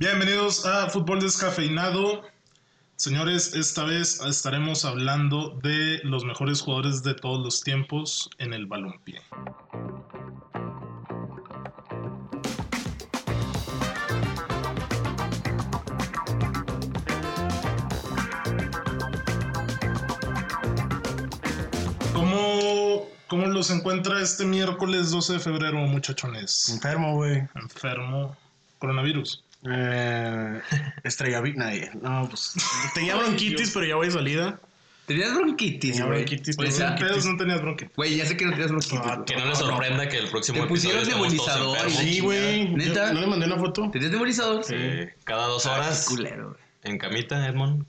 Bienvenidos a Fútbol Descafeinado. Señores, esta vez estaremos hablando de los mejores jugadores de todos los tiempos en el balompié. ¿Cómo, ¿Cómo los encuentra este miércoles 12 de febrero, muchachones? Enfermo, güey. Enfermo. Coronavirus. Eh, estrella Big nadie. No, pues. Tenía bronquitis, pero ya voy de salida. Tenías bronquitis, Tenía güey. bronquitis, Oye, Pues, tenía sin ah, pedos no tenías bronquitis. Güey, ya sé que no tenías bronquitis. Ah, güey. qué- Que no les sorprenda que el próximo Te pusieron episodio estemos todos nebulizador, enfermos. güey. Sí, güey. chingada. Yo- ¿Neta? ¿No le mandé una foto? ¿Tenías nebulizador? Eh, Cada dos Ah, horas qué culero, güey. en camita, Edmond.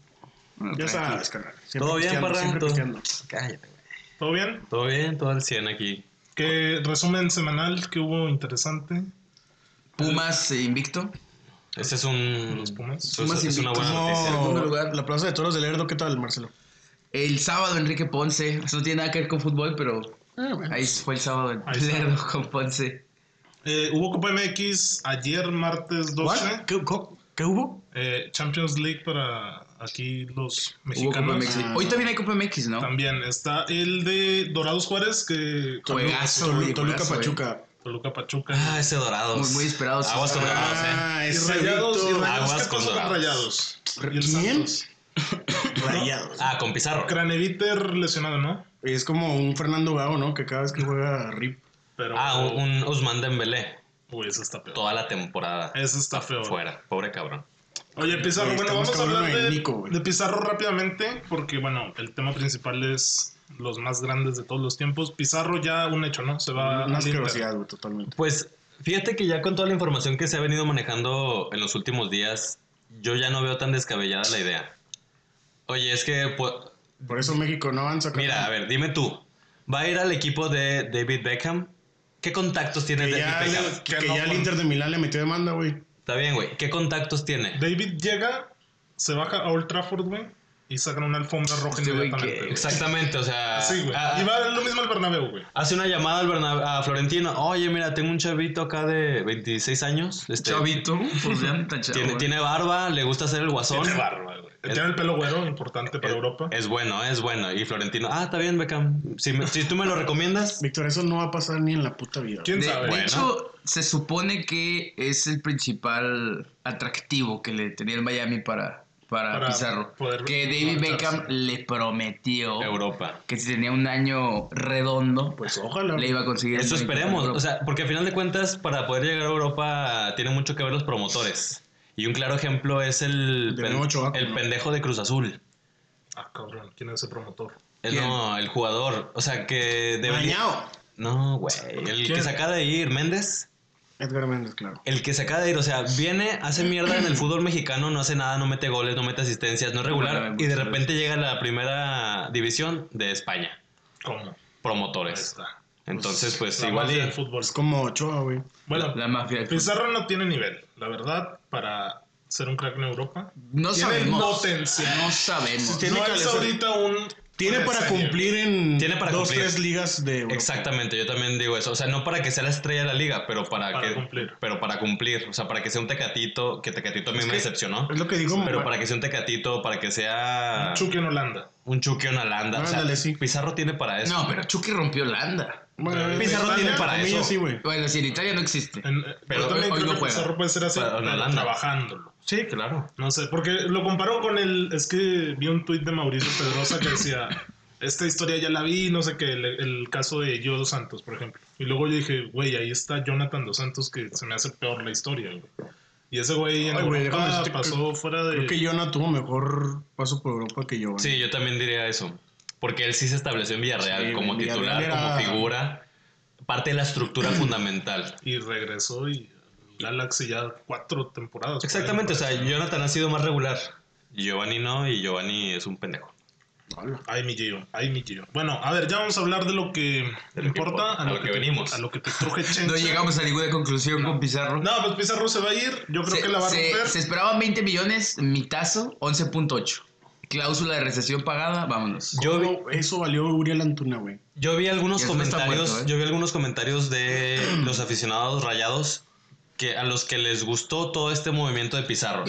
Bueno, Ya tranquilo. sabes, carnal. Siempre Todo bien, pisteando, siempre Parranto. pisteando. Cállate, güey. ¿Todo bien? Todo bien, todo al 100 aquí. ¿Qué resumen semanal que hubo interesante? Pumas eh, invicto. Este es un. Los Pumas. Es, Pumas es una buena Como noticia. Segundo lugar. La plaza de toros de Lerdo, ¿qué tal, Marcelo? El sábado Enrique Ponce. Eso no tiene nada que ver con fútbol, pero ahí fue el sábado el Ahí está. Lerdo con Ponce. Eh, hubo Copa MX ayer, martes 12. ¿What? ¿Qué, co- qué hubo? Eh, Champions League para aquí los Hubo Copa mexicanos. ah. MX. Hoy también hay Copa MX, ¿no? También está el de Dorados Juárez, que Juegazo, Tolu- güey. Toluca juegazo, güey. Pachuca. Toluca Pachuca. Ah, ese dorados. Muy- muy esperados. Aguas con Ah, dorados, eh. y ese rayados, y Víctor. rayados. Aguas ¿Qué con pasó con Dorados. rayados? Y el ¿Quién? Santos. Rayados. Ah, con Pizarro. Craneviter lesionado, ¿no? Es como un Fernando Gago, ¿no? Que cada vez que juega rip. Pero. pues, Ah, un Usman Dembélé. Uy, eso está peor. Toda la temporada. Eso está feo. Fuera. Pobre cabrón. Oye, Pizarro, Güey, bueno, vamos estamos a hablar hablando de de, Nico, güey. de Pizarro rápidamente, porque bueno, el tema principal es los más grandes de todos los tiempos. Pizarro ya un hecho, ¿no? Se va Una al Inter. asquerosidad, güey, totalmente. Pues fíjate que ya con toda la información que se ha venido manejando en los últimos días, yo ya no veo tan descabellada la idea. Oye, es que pues, Por eso México no avanza. Mira, a carnal. ver, dime tú. ¿Va a ir al equipo de David Beckham? ¿Qué contactos tiene Que David ya, Beckham? le- que que ya no el con- Inter de Milán le metió demanda, güey. Está bien, güey. ¿Qué contactos tiene? David llega, se baja a Old Trafford, güey, y sacan una alfombra roja Este güey inmediatamente. que- güey. Exactamente, o sea. Sí, güey. ah, Y va a dar lo mismo al Bernabéu, güey. Hace una llamada al Bernab- a Florentino. Oye, mira, tengo un chavito acá de 26 años. Este, Chavito, pues ya no tan chavo. Tiene, güey. tiene barba, le gusta hacer el guasón. Tiene barba, güey. El- Tiene el pelo güero, importante para Es- Europa. Es bueno, es bueno. Y Florentino, ah, está bien, Beckham. Si, me- si tú me lo recomiendas, Víctor, eso no va a pasar ni en la puta vida. ¿Quién De, sabe? de Bueno. hecho, se supone que es el principal atractivo que le tenía el Miami para, para, Para Pizarro. poder que David marcarse. Beckham le prometió Europa. que si tenía un año redondo, Pues ojalá. le iba a conseguir. el Eso Miami esperemos, para o sea, porque al final de cuentas, para poder llegar a Europa, tiene mucho que ver los promotores. Y un claro ejemplo es el, De nuevo Choaco, el ¿no? pendejo de Cruz Azul. Ah, cabrón, ¿quién es ese promotor? Eh, ¿Quién? No, el jugador. O sea, que debería. Bañado. No, güey. El ¿Quién? que se acaba de ir, Méndez. Edgar Méndez, claro. El que se acaba de ir, o sea, viene, hace mierda en el fútbol mexicano, no hace nada, no mete goles, no mete asistencias, no es regular. Bueno, y de muchas repente llega a la primera división de España. ¿Cómo? Ahí Promotores. está. Entonces, pues La igual. mafia y- del fútbol. Es como Ochoa, güey. Bueno, La mafia. del fútbol. Pizarro no tiene nivel, la verdad, para ser un crack en Europa. No tiene sabemos. potencial. No sabemos. Tiene no es calidad. ahorita un. Tiene una para serie. cumplir en Tiene para dos, cumplir. tres ligas de Europa. Exactamente, yo también digo eso. O sea, no para que sea la estrella de la liga, pero para, Para que. cumplir. Pero para cumplir. O sea, para que sea un tecatito, que tecatito a mí Es me que- decepcionó. Es lo que digo. Pero ma- para que sea un tecatito, para que sea. Chucky en Holanda. Un chuque, una landa. O sea, Ándale, sí. Pizarro tiene para eso. No, pero Chucky rompió Holanda. Bueno, Pizarro España, tiene para comillas, eso. Sí, güey. Bueno, si en Italia no existe. En- Pero yo hoy- también hoy creo no que juega. Pizarro puede ser así, Para pero Holanda. trabajándolo. Sí, claro. No sé, porque lo comparó con el. Es que vi un tuit de Mauricio Pedrosa que decía: Esta historia ya la vi, no sé qué, el, el caso de Yo dos Santos, por ejemplo. Y luego yo dije: Güey, ahí está Jonathan dos Santos, que se me hace peor la historia, güey. Y ese güey en Ay, güey, Europa déjame decirte que- pasó fuera de. Creo que Jonah tuvo mejor paso por Europa que yo. güey. Sí, yo también diría eso. Porque él sí se estableció en Villarreal Sí, como en Villarreal titular, era- como figura. Parte de la estructura fundamental. Y regresó y Galaxy ya cuatro temporadas. Exactamente, o por ahí. sea, Jonathan ha sido más regular. Giovanni no, y Giovanni es un pendejo. Hola. Ay, mi Gio, ay, mi Gio. Bueno, a ver, ya vamos a hablar de lo que De lo que importa, importa, a lo que te- venimos. A lo que te truje No Chencha. llegamos a ninguna conclusión con Pizarro. No, pues Pizarro se va a ir. Yo creo se, que la va a se- romper. se esperaban 20 millones, mitazo, 11.8. Cláusula de recesión pagada, vámonos. Yo vi- ¿Cómo Eso valió Uriel Antuna, güey. Yo vi algunos Y eso no está comentarios, muerto, ¿eh? yo vi algunos comentarios de los aficionados rayados que a los que les gustó todo este movimiento de Pizarro.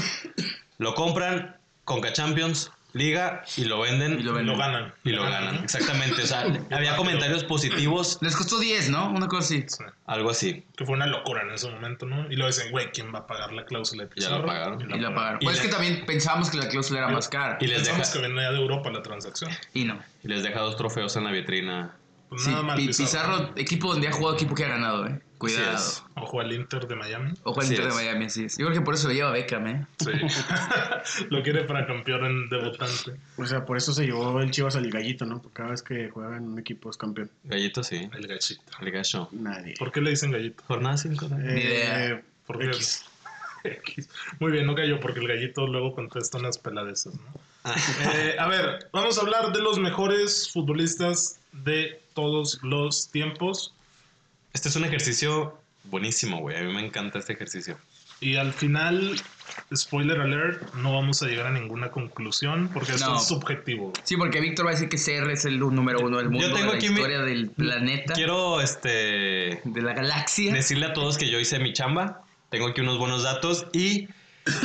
Lo compran Conca Champions, Liga y lo venden Y lo Lo venden. ganan. y lo Ah. ganan. Exactamente, o sea, había comentarios positivos, Les costó 10, ¿no? Una cosa así. Sí. algo así. Que fue una locura en ese momento, ¿no? Y lo dicen, güey, ¿quién va a pagar la cláusula de Ya Pizarro? lo pagaron. Y la pagaron. Y Pues es le- que también pensábamos que la cláusula era más cara. Y les deja, Pensamos que venía de Europa la transacción. Y no. y les deja dos trofeos en la vitrina. Pues Sí, nada mal Pi- Pizarro. Pizarro, equipo donde ha jugado, equipo que ha ganado, ¿eh? Cuidado. Así es. Ojo al Inter de Miami. Ojo al Así Inter de es. Miami, así es. Yo creo que por eso lo lleva Beckham, ¿eh? Sí. lo quiere para campeón en debutante. O sea, por eso se llevó el Chivas al gallito, ¿no? Porque cada vez que juega en un equipo es campeón. Gallito, sí. El gallito. El gallo. Nadie. ¿Por qué le dicen gallito? Jornada 5. Eh, idea. ¿Por qué? X. X. Muy bien, no cayó porque el gallito luego contesta unas peladeces, ¿no? Eh, a ver, vamos a hablar de los mejores futbolistas de todos los tiempos. Este es un ejercicio buenísimo, güey. A mí me encanta este ejercicio. Y al final, spoiler alert, no vamos a llegar a ninguna conclusión porque esto No. es subjetivo. Sí, porque Víctor va a decir que CR es el número uno del Yo mundo, tengo de la aquí mi- historia del planeta, Quiero este de la galaxia. decirle a todos que yo hice mi chamba. Tengo aquí unos buenos datos y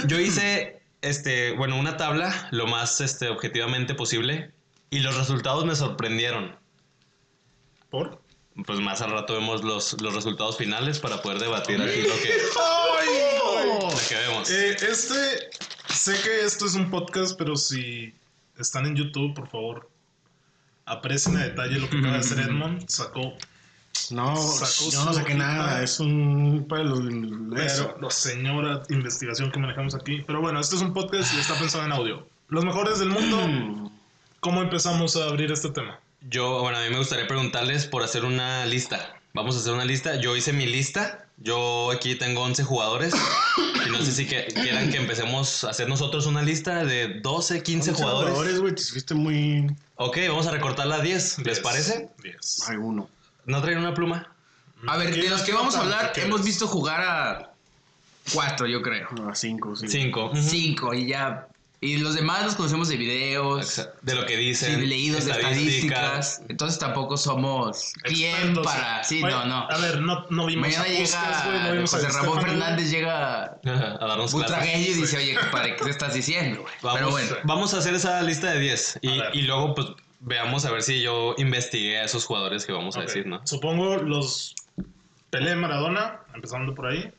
yo hice este, bueno, una tabla lo más este objetivamente posible y los resultados me sorprendieron. ¿Por? Pues más al rato vemos los, los resultados finales para poder debatir aquí lo que, lo que vemos. Eh, este, sé que esto es un podcast, pero si están en YouTube, por favor, aprecien a detalle lo que acaba de hacer Edmond. Sacó, No, Sacó yo no su saqué hojita. nada. Es un. Para los. pero, la señora investigación que manejamos aquí. Pero bueno, este es un podcast y está pensado en audio. Los mejores del Mm. mundo, ¿cómo empezamos a abrir este tema? Yo, bueno, a mí me gustaría preguntarles por hacer una lista. Vamos a hacer una lista. Yo hice mi lista. Yo aquí tengo 11 jugadores. Y no sé si que- quieran que empecemos a hacer nosotros una lista de 12, 15 jugadores. jugadores, güey. Te fuiste muy. Ok, vamos a recortarla a 10. ¿Les Diez, parece? Diez. Hay uno. ¿No traen una pluma? A ver, de ¿Qué los que más vamos a nota hablar, quieres? hemos visto jugar a cuatro, yo creo. No, a cinco, sí. 5. Cinco, y ya. Y los demás los conocemos de videos, De lo que pues, sí, dicen. leídos de estadística. estadísticas. Entonces tampoco somos quién Expertos. para. Sí, Bueno, no, no. A ver, no, no vimos Mañana a Puskas, güey, no llega vimos a José Ramón Estefano. Fernández, llega Ajá, A darnos clases. Butragueño y dice, oye, compadre, ¿qué te estás diciendo? güey?" Vamos, Pero bueno, vamos a hacer esa lista de 10. Y, A ver. y luego, pues, veamos a ver si yo investigué a esos jugadores que vamos Ok. a decir, ¿no? Supongo los Pelé Maradona, empezando por ahí.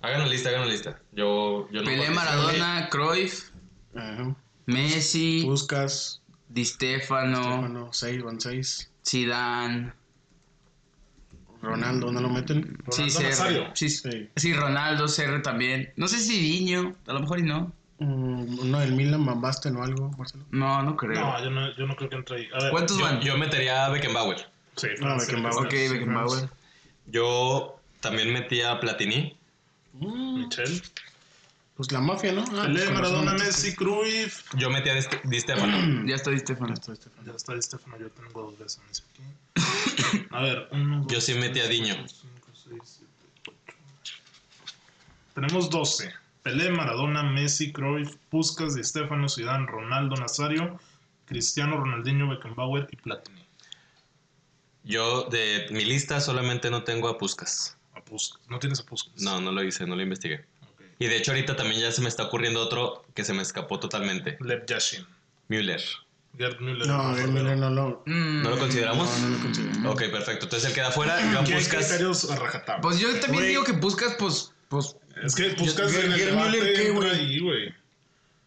Hagan una lista, hagan una lista. Yo, yo no Pelé, participo. Maradona, Cruyff, Ajá. Messi, Pues, Buscas. Di Stefano, Bueno, seis, van seis. Zidane, Ronaldo, ¿no lo meten? sí, Ronaldo Nazario. CR, sí, Sí. sí, Ronaldo, CR también. No sé si Diño, a lo mejor y no. Mm, Uno del Milan, Van Basten o algo, Marcelo. No, no creo. No, yo no, yo no creo que entre ahí. A ver, ¿Cuántos Yo, van? yo metería a Beckenbauer. Sí, No, Francia, Beckenbauer. ok, Beckenbauer. Yo también metía a Platini. Michel. Ah, Pues la mafia, ¿no? Ah, Pelé, pues, Maradona, con razón. Messi, Cruyff. Yo metía a Di Ste- Di Stefano. Ya está Di Stefano. Esto, este, Ya está Di Stefano, yo tengo dos veces más aquí. A ver, uno, dos, Yo sí metí a tres, Diño. cuatro, cinco, seis, siete, ocho. Tenemos 12. Pelé, Maradona, Messi, Cruyff, Puskas, Di Stefano, Zidane, Ronaldo, Nazario, Cristiano, Ronaldinho, Beckenbauer y Platini. Yo de mi lista solamente no tengo a Puskas. A Puskas. ¿No tienes a Puskas? No, no lo hice, no lo investigué. Ok. Y de hecho ahorita también ya se me está ocurriendo otro que se me escapó totalmente. Lev Yashin. Müller. Gerd Müller. No, Rafa el Milan Leao. no lo. Mm, ¿No lo consideramos? No, no lo consideramos. Ok, perfecto. Entonces el queda fuera, yo a ¿Qué Puskas. criterios a rajatabla? Pues yo también Güey. digo que buscas, pues, pues, es que buscas Gerd- en el Gerd debate Müller, ¿qué, por güey? ahí, güey.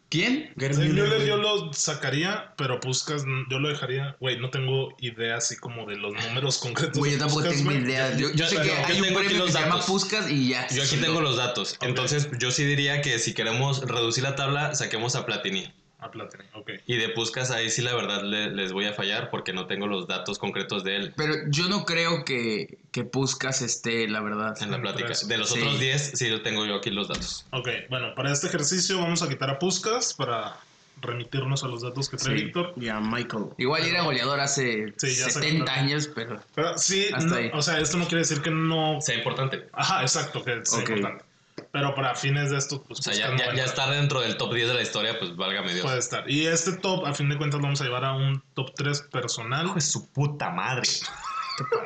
¿quién? Gerd Gerd Müller güey. yo lo sacaría, pero Puskas mm, yo lo dejaría. Güey, no tengo idea así como de los números concretos. Güey, de yo tampoco Puskas, tengo güey. idea. Yo, yo yo- sé yo que hay tengo un aquí premio los que se llama datos. Puskas y ya. Yo aquí tengo los datos. Entonces yo sí diría que si queremos reducir la tabla, saquemos a Platini. A Platini, ok. Y de Puskas ahí sí la verdad le- les voy a fallar porque no tengo los datos concretos de él Pero yo no creo que, que Puskas esté, la verdad. en la plática. Tres. De los Sí. otros 10 sí lo tengo yo aquí los datos. Ok, bueno, para este ejercicio vamos a quitar a Puskas para remitirnos a los datos que trae Sí. Víctor. Y a Michael. Igual era goleador hace Sí, ya sé, 70 claro. años, pero Pero sí, Hasta no, ahí. o sea, esto no quiere decir que no... Sea importante. Ajá, exacto, que es Ok. importante. Pero para fines de esto, pues... O sea, Puskas ya, no ya, va a ya entrar. estar dentro del top 10 de la historia, pues válgame Dios. Puede estar. Y este top, a fin de cuentas, lo vamos a llevar a un top 3 personal. de su puta madre.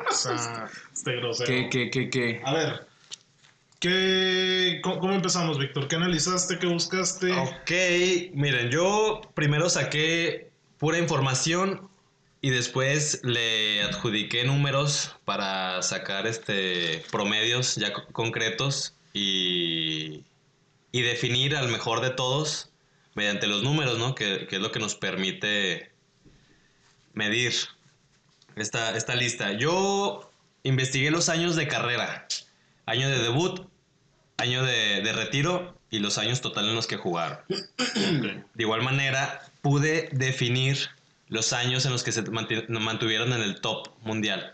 O sea, este grosero. que, que, que, que. A ver, ¿Qué, cómo, cómo empezamos, Víctor? ¿Qué analizaste? ¿Qué buscaste? Ok, miren, yo primero saqué pura información y después le adjudiqué números para sacar este promedios ya co- concretos y, y definir al mejor de todos mediante los números, ¿no? Que, que es lo que nos permite medir esta, esta lista. Yo investigué los años de carrera, año de debut, año de, de retiro y los años total en los que jugaron. De igual manera, pude definir los años en los que se manti- mantuvieron en el top mundial.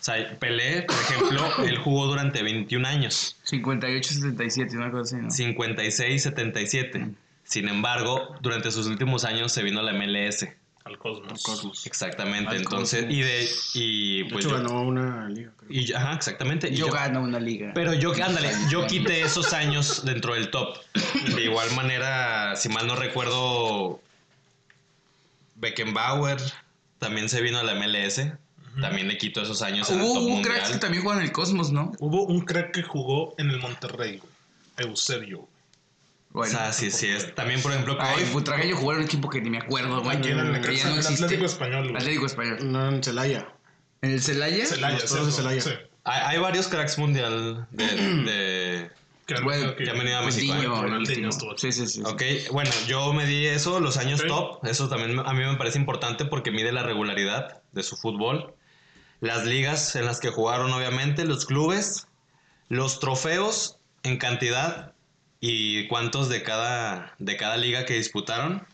O sea, Pelé, por ejemplo, él jugó durante 21 años, 58-77, una cosa así, ¿no? Mm. 56-77. Sin embargo, durante sus últimos años se vino la MLS. Al cosmos. Cosmos. Exactamente, Al entonces, y de, y De pues hecho, yo- ganó una liga. creo. y yo- ajá, exactamente. y Yo yo- gano una liga. Pero yo, ándale, yo quité esos años dentro del top. De igual manera, si mal no recuerdo, Beckenbauer también se vino a la MLS. También le quito esos años en el Hubo top un mundial. crack que también juega en el Cosmos, ¿no? Hubo un crack que jugó en el Monterrey, güey. Eusebio. O Bueno. sea, sí, sí es. También, por ejemplo, Ay, Cruyff. Butragueño jugó en un equipo que ni me acuerdo, güey. También en el que Necaxa, ya no en el existe. Atlético Español, güey. Atlético Español. No, en Celaya. Mm. ¿En el Celaya? Celaya, Los toros de ¿cierto? Celaya. Sí. Hay, hay varios cracks mundial de, de- Que han- Bueno, que- que han venido a México. Coutinho, eh. Ronaldinho Ronaldinho. estuvo aquí. Sí, sí, sí. sí. Ok, bueno, yo medí eso, los años Ok. top. Eso también a mí me parece importante porque mide la regularidad de su fútbol. Las ligas en las que jugaron, obviamente, los clubes, los trofeos en cantidad y cuántos de cada, de cada liga que disputaron.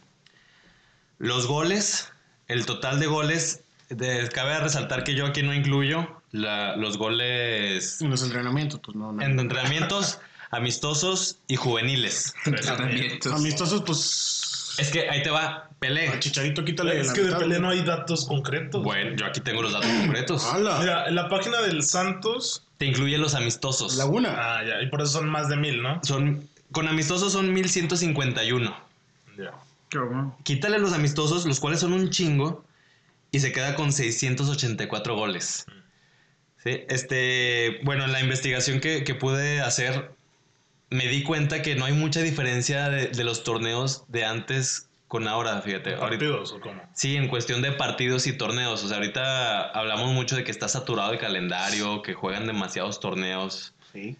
Los goles, el total de goles. de- cabe resaltar que yo aquí no incluyo la- los goles En los entrenamientos, pues no. no. en entrenamientos amistosos y juveniles. Entrenamientos. Amistosos, pues. Es que ahí te va, Pelé. al Ah, Chicharito quítale Es la que de mitad, Pelé güey. no hay datos concretos. Ah. Bueno, yo aquí tengo los datos concretos. ¡Hala! Mira, en la página del Santos. Te incluye los amistosos. Laguna. Ah, ya, y por eso son más de mil, ¿no? Son, con amistosos son 1151. Ya. Qué bueno. Quítale los amistosos, los cuales son un chingo, y se queda con 684 goles. Sí, este, bueno, en la investigación que, que pude hacer, me di cuenta que no hay mucha diferencia de, de los torneos de antes con ahora, Eh, fíjate. Ahorita, ¿Partidos o cómo? Sí, en cuestión de partidos y torneos. O sea, ahorita hablamos mucho de que está saturado el calendario, que juegan demasiados torneos. Sí.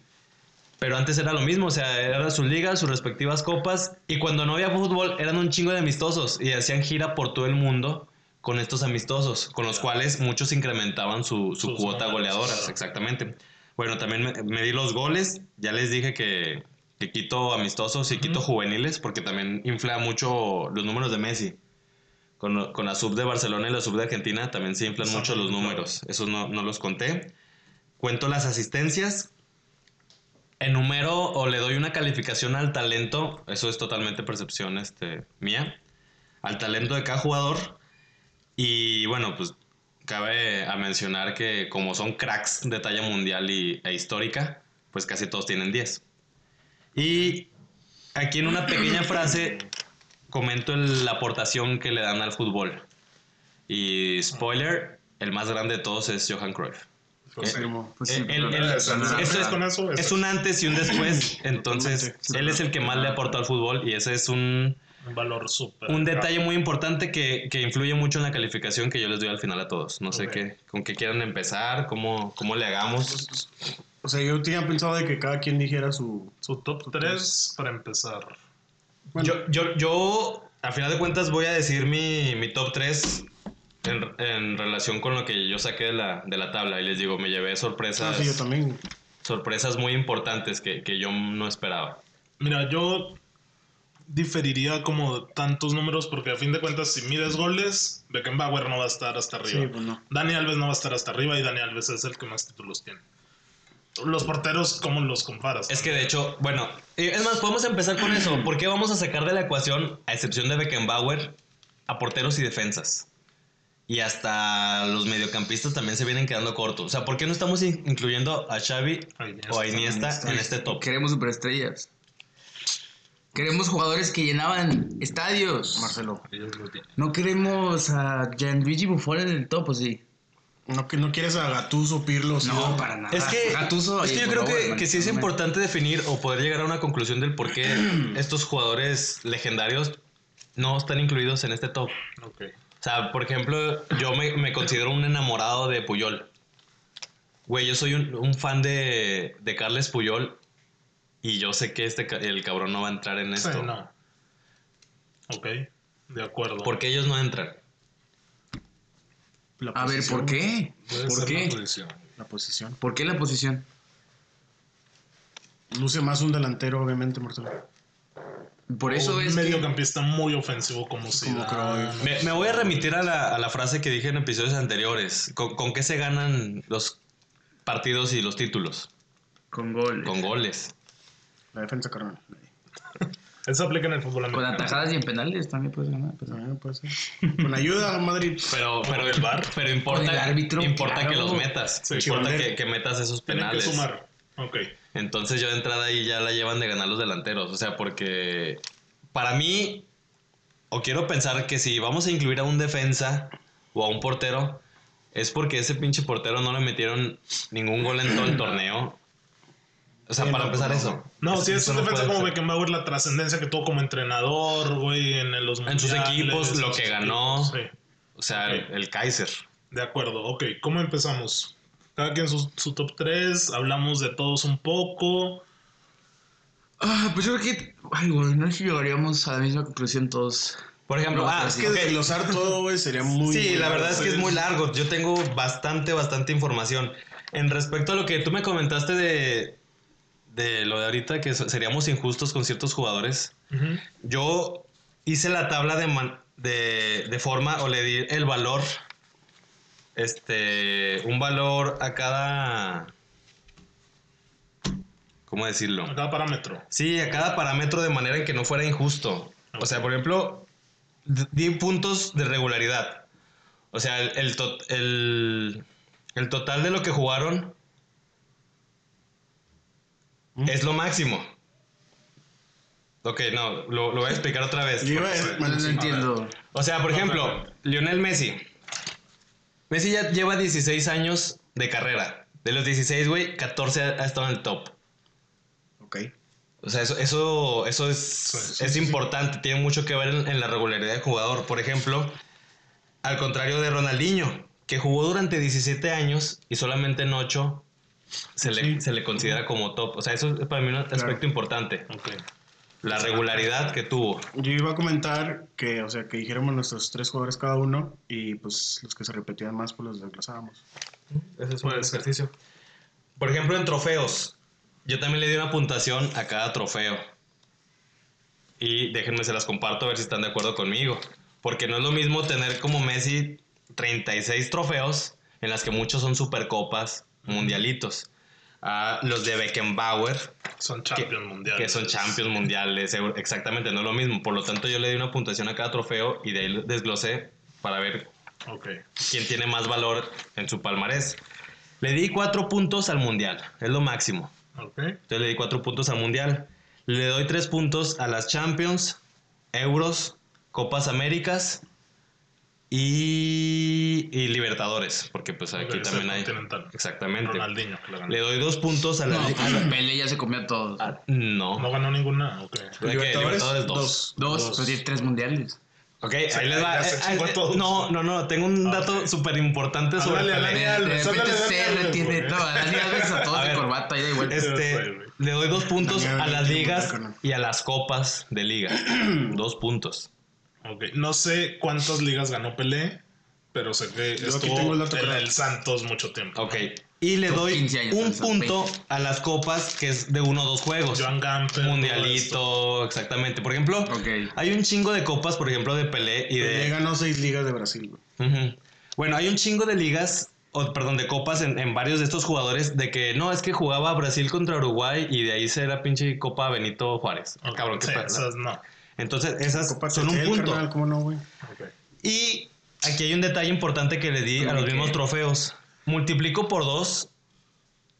Pero antes era lo mismo, o sea, eran sus ligas, sus respectivas copas. Y cuando no había fútbol, eran un chingo de amistosos. Y hacían gira por todo el mundo con estos amistosos, con los cuales muchos incrementaban su, su Sus cuota números, goleadora. claro. Exactamente. Bueno, también me, me di los goles. Ya les dije que, que quito amistosos y quito juveniles, porque también infla mucho los números de Messi. Con, lo- con la sub de Barcelona y la sub de Argentina también se inflan mucho los números. Esos no, no los conté. Cuento las asistencias, enumero o le doy una calificación al talento, eso es totalmente percepción este, mía, al talento de cada jugador. Y bueno, pues cabe a mencionar que como son cracks de talla mundial y, e histórica, pues casi todos tienen 10. Y aquí en una pequeña frase comento el- la aportación que le dan al fútbol. Y spoiler, el más grande de todos es Johan Cruyff. Pues, sí. Firmó. Pues sí, El- pero- el- Eso, Ah, ¿estás eso es- con eso? Es Eso. un antes y un después. Entonces, Totalmente. él es el que más le aportó al fútbol y ese es un, Un valor súper. un detalle muy importante que, que influye mucho en la calificación que yo les doy al final a todos. No sé Ok. qué, con qué quieran empezar, cómo, cómo le hagamos. O sea, yo tenía pensado de que cada quien dijera su. Su top 3 para empezar. Bueno, ah, Yo, yo, yo, a final de cuentas, voy a decir mi, mi top 3 en, en relación con lo que yo saqué de la, de la tabla. Y les digo, me llevé ah, sorpresas, sí, yo también. sorpresas muy importantes que, que yo no esperaba. Mira, yo diferiría como tantos números porque a fin de cuentas si mides goles, Beckenbauer no va a estar hasta arriba. Sí, pues no. Dani Alves no va a estar hasta arriba y Dani Alves es el que más títulos tiene. Los porteros, ¿cómo los comparas? Es que de hecho, bueno, eh, es más, podemos empezar con eso. ¿Por qué vamos a sacar de la ecuación, a excepción de Beckenbauer, a porteros y defensas? Y hasta los mediocampistas también se vienen quedando cortos. O sea, ¿por qué no estamos in- incluyendo a Xavi A Iniesta. o a Iniesta en este top? Queremos superestrellas. Queremos jugadores que llenaban estadios. Marcelo. Ellos los tienen. No queremos a Gianluigi Buffon en el top, ¿o sí? No, que no quieres a Gatuso, Pirlo, No, para nada. Es que, Gattuso, es que oye, yo por creo favor, que, man, que sí es no me- importante definir o poder llegar a una conclusión del por qué estos jugadores legendarios no están incluidos en este top. Ok. O sea, por ejemplo, yo me, me considero un enamorado de Puyol. Güey, yo soy un, un fan de, de Carles Puyol y yo sé que este ca- el cabrón no va a entrar en Sí, esto. no. Ok, de acuerdo. ¿Por qué ellos no entran? La A ver, posición, ¿por qué? Puede ¿Por ser la qué? posición. La posición. ¿Por qué la posición? Luce más un delantero, obviamente, Marcelo. Por eso un es. que- mediocampista muy ofensivo como Zidane. Cruyff. Me, me voy a remitir a la, a la frase que dije en episodios anteriores. ¿Con, con qué se ganan los partidos y los títulos? Con goles. Con goles. La defensa, carnal. Ah, Eso aplica en el fútbol Con americano. atajadas y en penales también puedes ganar. pues. También Ah, puede ser. Con ayuda, Madrid. Pero, pero el bar, pero importa, Con el árbitro, importa claro. que los metas, Sí, importa chionero. que, que metas esos Tienen que penales. sumar. Ok. Entonces yo de entrada ahí ya la llevan de ganar los delanteros, o sea, porque para mí o quiero pensar que si vamos a incluir a un defensa o a un portero es porque ese pinche portero no le metieron ningún gol en todo el torneo. O sea, Sí, para no, empezar no, eso. No, si es eso un no defensa puede como ser. Beckenbauer, la trascendencia que tuvo como entrenador, güey, en los En sus mundiales, equipos, en lo sus que ganó. equipos, sí. O sea, el- el Kaiser. De acuerdo, ok. ¿Cómo empezamos? Cada quien su, su top 3, hablamos de todos un poco. Ah, pues yo creo que. Ay, güey, no sé si llegaríamos a la misma conclusión todos. Por ejemplo, No, ah, pero es Es que que desglosar todo, güey, sería muy. Sí, muy la verdad es que es largo, muy largo. Yo tengo bastante, bastante información. En respecto a lo que tú me comentaste de, de lo de ahorita, que so- seríamos injustos con ciertos jugadores, yo hice la tabla de, man- de, de forma o le di el valor, este, un valor a cada... ¿Cómo decirlo? A cada parámetro. Sí, a cada parámetro de manera en que no fuera injusto. O sea, por ejemplo, d- di puntos de regularidad. O sea, el, el to- el- el total de lo que jugaron ¿Mm? es lo máximo. Ok, no, lo, lo voy a explicar otra vez. Yo iba a decir- No, bueno, no sí. entiendo. O sea, por ejemplo, Lionel Messi. Messi ya lleva 16 años de carrera. De los 16, güey, 14 ha ha estado en el top. Ok. O sea, eso, eso, eso es, es importante, tiene mucho que ver en, en la regularidad del jugador. Por ejemplo, al contrario de Ronaldinho, que jugó durante 17 años y solamente en 8 se le, se le considera como top. O sea, eso es para mí un aspecto importante. Ok. La regularidad que tuvo. Yo iba a comentar que, o sea, que dijéramos nuestros tres jugadores cada uno y pues los que se repetían más, pues los desglosábamos. Ese es un buen ejercicio. Por ejemplo, en trofeos. Yo también le di una puntuación a cada trofeo. Y déjenme se las comparto a ver si están de acuerdo conmigo. Porque no es lo mismo tener como Messi 36 trofeos, en las que muchos son supercopas, mundialitos. A los de Beckenbauer, Son champions mundiales. que son champions mundiales, euro- exactamente, no es lo mismo. Por lo tanto, yo le di una puntuación a cada trofeo y de ahí lo desglosé para ver Ok. quien tiene más valor en su palmarés. Le di cuatro puntos al mundial, es lo máximo. Ok. Entonces le di cuatro puntos al mundial. Le doy tres puntos a las Champions, Euros, Copas Américas y, y Libertadores, porque pues aquí Ok, también hay. Continental. Exactamente. Ronaldinho, que la ganó. Le doy dos puntos a la. No, li- pues, el Pele ya se comió a todos. a- no. No ganó ninguna. Ok. ¿De qué? Libertadores dos. dos, pues tiene tres mundiales. Ok, Sí, ahí les ya va. se Eh, chingó eh, todo. no, no, no. Tengo un Ah, dato ok. súper importante sobre Háblale a Pelé. Dani De, Alves, de háblale repente a Dani se Alves, tiene. güey. No, Dani Alves a todos A de ver, corbata, ida y vuelta. Sí, Este, güey. le doy dos puntos También a hay las que ligas marcar, ¿no? y a las copas de liga. dos puntos. Ok. No sé cuántas ligas ganó Pelé, pero sé que Yo aquí tengo el estuvo dato en correcto. el Santos mucho tiempo. Ok. Y le Son doy 15 años, un son punto a las copas que es de uno o dos juegos. Joan Gamper. todo pues, Mundialito, exactamente. Por ejemplo, Ok. hay un chingo de copas, por ejemplo, de Pelé y Pelé de... ganó seis ligas de Brasil, güey. Ujú. Bueno, hay un chingo de ligas, o, perdón, de copas en, en varios de estos jugadores de que no, es que jugaba Brasil contra Uruguay y de ahí se era pinche copa Benito Juárez. esto. Ok, Cabrón, qué sí, pasa. esas no. Entonces, esas Copa son un Telcel, punto. carnal, ¿Cómo no, güey? Ok. Y aquí hay un detalle importante que le di a los Ok. mismos trofeos. Multiplico por dos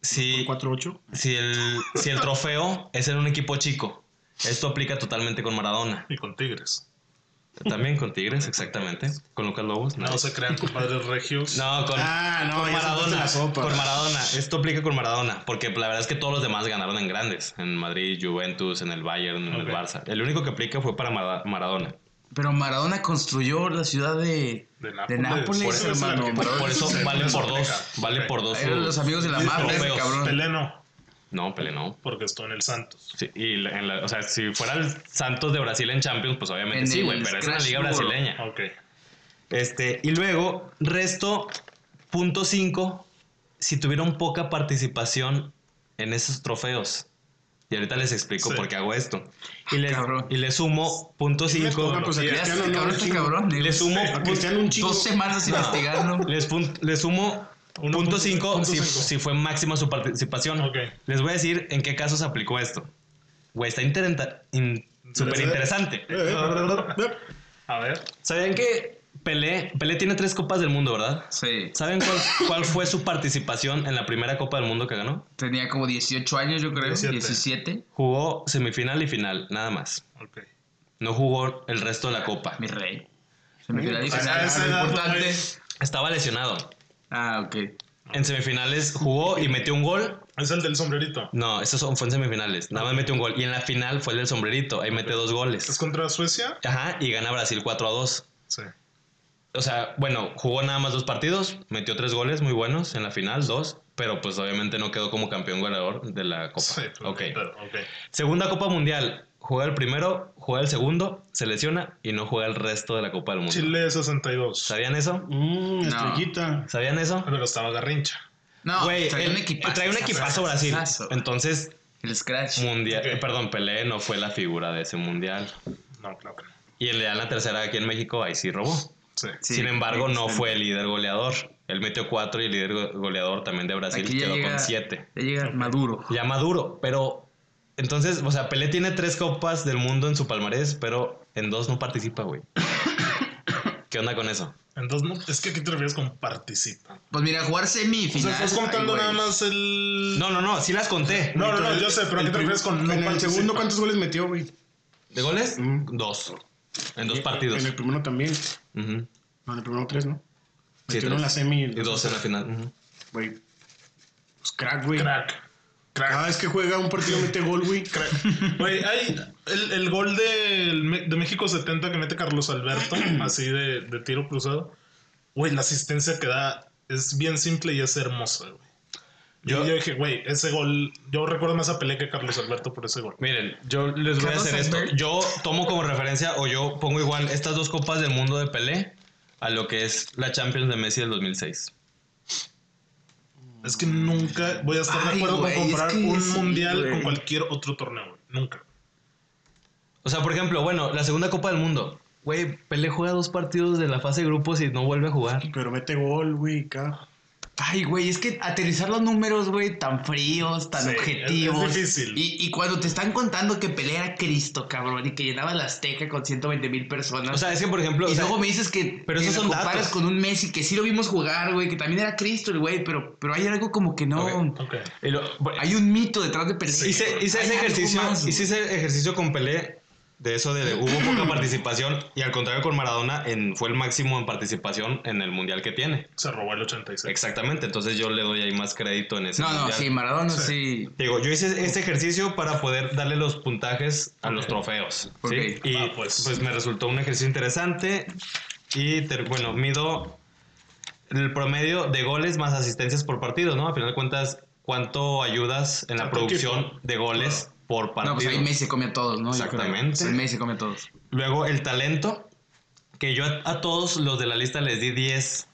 si, 4-8. si, el, si el trofeo es en un equipo chico. Esto aplica totalmente con Maradona. Y con Tigres. También con Tigres, exactamente. Con Lucas Lobos. No se crean compadres regios. No, con, Ah, no, ya se puso con Maradona. la sopa. Con Maradona. Esto aplica con Maradona. Porque la verdad es que todos los demás ganaron en grandes. En Madrid, Juventus, en el Bayern, en el Ok. Barça. El único que aplica fue para Mara- Maradona. Pero Maradona construyó la ciudad de... De De Nápoles, Ah, Por eso es hermano. la que- Por, por eso Sí, vale eso por dos. aplica. Vale Ok. por dos. Eran su- los amigos de la sus mafia, ese trofeos. cabrón. Pelé no, No, Pelé no. porque estuvo en el Santos. Sí, y la- en la- o sea, si fuera el Santos de Brasil en Champions, pues obviamente En sí, el güey, pero es una Scratch liga World. brasileña. Ok. Este, y luego, resto, punto 5, si tuvieron poca participación en esos trofeos. Y ahorita les explico Sí. por qué hago esto. Y les, Ah, cabrón. y le sumo punto Ah, 5. pues a Ya Cristiano este no, cabrón, un este chingo. cabrón. digo, Le sumo, pues, A Cristiano un chingo. Dos semanas investigando. les, pun- le sumo Uno punto punto- 5 punto si, cinco. si fue máxima su participación. Ok. Eh, Les voy a decir en qué casos aplicó esto. Güey, está interenta- in- súper interesante. A ver. ¿Sabían que Pelé, Pelé tiene tres copas del mundo, verdad? Sí. ¿Saben cuál, cuál fue su participación en la primera Copa del Mundo que ganó? Tenía como 18 años, yo creo. 17. 17. Jugó semifinal y final, nada más. Ok. No jugó el resto de la Copa. Mi rey. Se me quedó la Mira, a esa diferencia. edad, importante. güey. Estaba lesionado. Ah, ok. En semifinales jugó y metió un gol. Es el del sombrerito. No, eso son, fue en semifinales. Nada más metió un gol. Y en la final fue el del sombrerito. Ahí mete dos ¿Es goles. contra Suecia? Ajá, y gana Brasil 4 a 2. Sí. O sea, bueno, jugó nada más dos partidos. Metió tres goles muy buenos en la final, dos. Pero pues obviamente no quedó como campeón ganador de la Copa. Sí, pues, ok. pero- ok. Segunda Copa Mundial. Juega el primero, juega el segundo, se lesiona y no juega el resto de la Copa del Mundo. Chile 62. ¿Sabían eso? Mm, estrellita. ¿Sabían eso? Pero estaba Garrincha. No, Güey, traía él- un equipazo. traía un equipazo Brasil. Entonces, El Scratch. mundial, Ok. eh, perdón, Pelé no fue la figura de ese mundial. No, claro que no. Y le dan la tercera aquí en México, ahí sí robó. Sí. Sí, Sin embargo, no sí. fue el líder goleador. Él metió cuatro y el líder go- goleador también de Brasil Aquí ya quedó llega- con siete. Ya llega Maduro. Ya maduro, pero entonces, o sea, Pelé tiene tres copas del mundo en su palmarés, pero en dos no participa, güey. ¿Qué onda con eso? Entonces, no, es que aquí te refieres con participa. Pues mira, jugar O semifinal. sea, estás contando ay, güey. nada más el. No, no, no, sí las conté. no, no, no, yo sé, pero ¿a El ¿qué te prim- refieres con no En el participa? segundo, ¿cuántos goles metió, güey? ¿De goles? Mm. Dos. En dos En- partidos. En el primero también. Ujú. No, en el primero tres, ¿no? Sí, Metieron tres. la semi. Y dos en la final. ujú. Güey. Pues crack, Ah. güey. Crack. Cada Crack. vez que juega un partido mete gol, güey. Crack. Güey, hay el, el gol del Me- de, México 70 que mete Carlos Alberto, así de, de tiro cruzado. Güey, la asistencia que da es bien simple y es hermosa, güey. Yo, Yo- yo dije, güey, ese gol. Yo recuerdo más a Pelé que a Carlos Alberto por ese gol. Miren, yo les voy a Carlos hacer esto. Sandberg. Yo tomo como referencia o yo pongo igual estas dos copas del mundo de Pelé a lo que es la Champions de Messi del 2006. Es que nunca voy a estar Ay, de acuerdo güey, es con comprar que un sí, mundial güey. con cualquier otro torneo, güey. Nunca. O sea, por ejemplo, bueno, la segunda Copa del Mundo. Güey, Pelé juega dos partidos de la fase de grupos y no vuelve a jugar. Pero mete gol, güey, acá. Ay, güey, es que aterrizar los números, güey, tan fríos, tan Sí, es- objetivos. es difícil. Y, y cuando te están contando que pelea era Cristo, cabrón, y que llenaba la Azteca con 120 mil personas. O sea, es que por ejemplo, y o sea, luego me dices que, pero que lo esos son comparas datos. con un Messi, que sí lo vimos jugar, güey, que también era Cristo el güey, pero, pero hay algo como que no. Ok. Ok. y lo- Hay un mito detrás de pelea. hice, hice Hay ese algo ejercicio, más, güey. hice ese ejercicio con Pelé de eso de, de hubo poca participación y al contrario con Maradona en, fue el máximo en participación en el mundial que tiene. Se robó el 86. Exactamente, entonces yo le doy ahí más crédito en ese No, no, mundial. sí, Maradona Sí. sí. Te Digo, yo hice este ejercicio para poder darle los puntajes a los trofeos. ¿sí? Ok. Y Ah, pues. pues. me resultó un ejercicio interesante. Y ter- bueno, mido el promedio de goles más asistencias por partido, ¿no? A final de cuentas, ¿cuánto ayudas en la ¿A tu producción equipo? de goles por partido? No, pues ahí Messi come a todos, ¿no? Yo creo. Exactamente. El Messi come a todos. Luego el talento, que yo a, a todos los de la lista les di 10.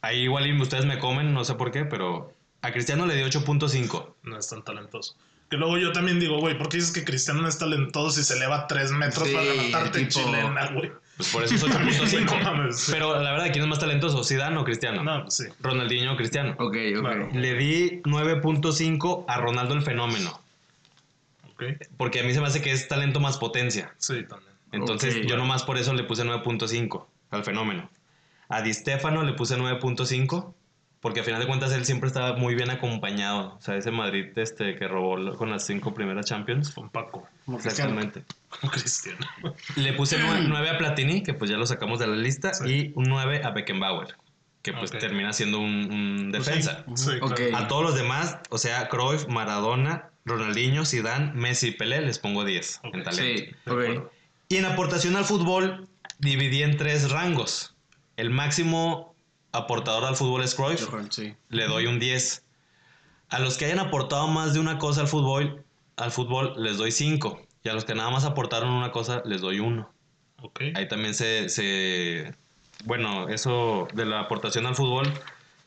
Ahí igual y ustedes me comen, no sé por qué, pero a Cristiano le di 8.5. No es tan talentoso. Que luego yo también digo, güey, ¿por qué dices que Cristiano no es talentoso y se eleva 3 metros Sí, para levantarte el tipo- chilena, güey? Pues por eso es No 8.5. mames. Pero la verdad, ¿quién es más talentoso? ¿Zidane o Cristiano? No, sí. Ronaldinho o Cristiano. Ok, ok. Claro. Le di 9.5 a Ronaldo el fenómeno. Ok. Porque a mí se me hace que es talento más potencia. Sí, también. Entonces Ok. yo nomás por eso le puse 9.5 al fenómeno. A Di Stefano le puse 9.5. Porque a final de cuentas él siempre estaba muy bien acompañado. O sea, ese Madrid este, que robó lo- con las cinco primeras Champions. Con Paco, Como Cristiano. Exactamente. como Cristiano. Le puse 9 a Platini, que pues ya lo sacamos de la lista, Sí. y un 9 a Beckenbauer, que pues Ok. termina siendo un, un Pues defensa. Sí, sí, Ok. claro. A todos los demás, o sea, Cruyff, Maradona, Ronaldinho, Zidane, Messi y Pelé, les pongo 10 Ok. en talento. Sí, De ok. acuerdo. Y en aportación al fútbol, dividí en tres rangos. El máximo aportador al fútbol es Cruyff, Johan, sí. le doy un 10. A los que hayan aportado más de una cosa al fútbol, al fútbol les doy 5. Y a los que nada más aportaron una cosa, les doy 1. Ok. Ahí también se, se- Bueno, eso de la aportación al fútbol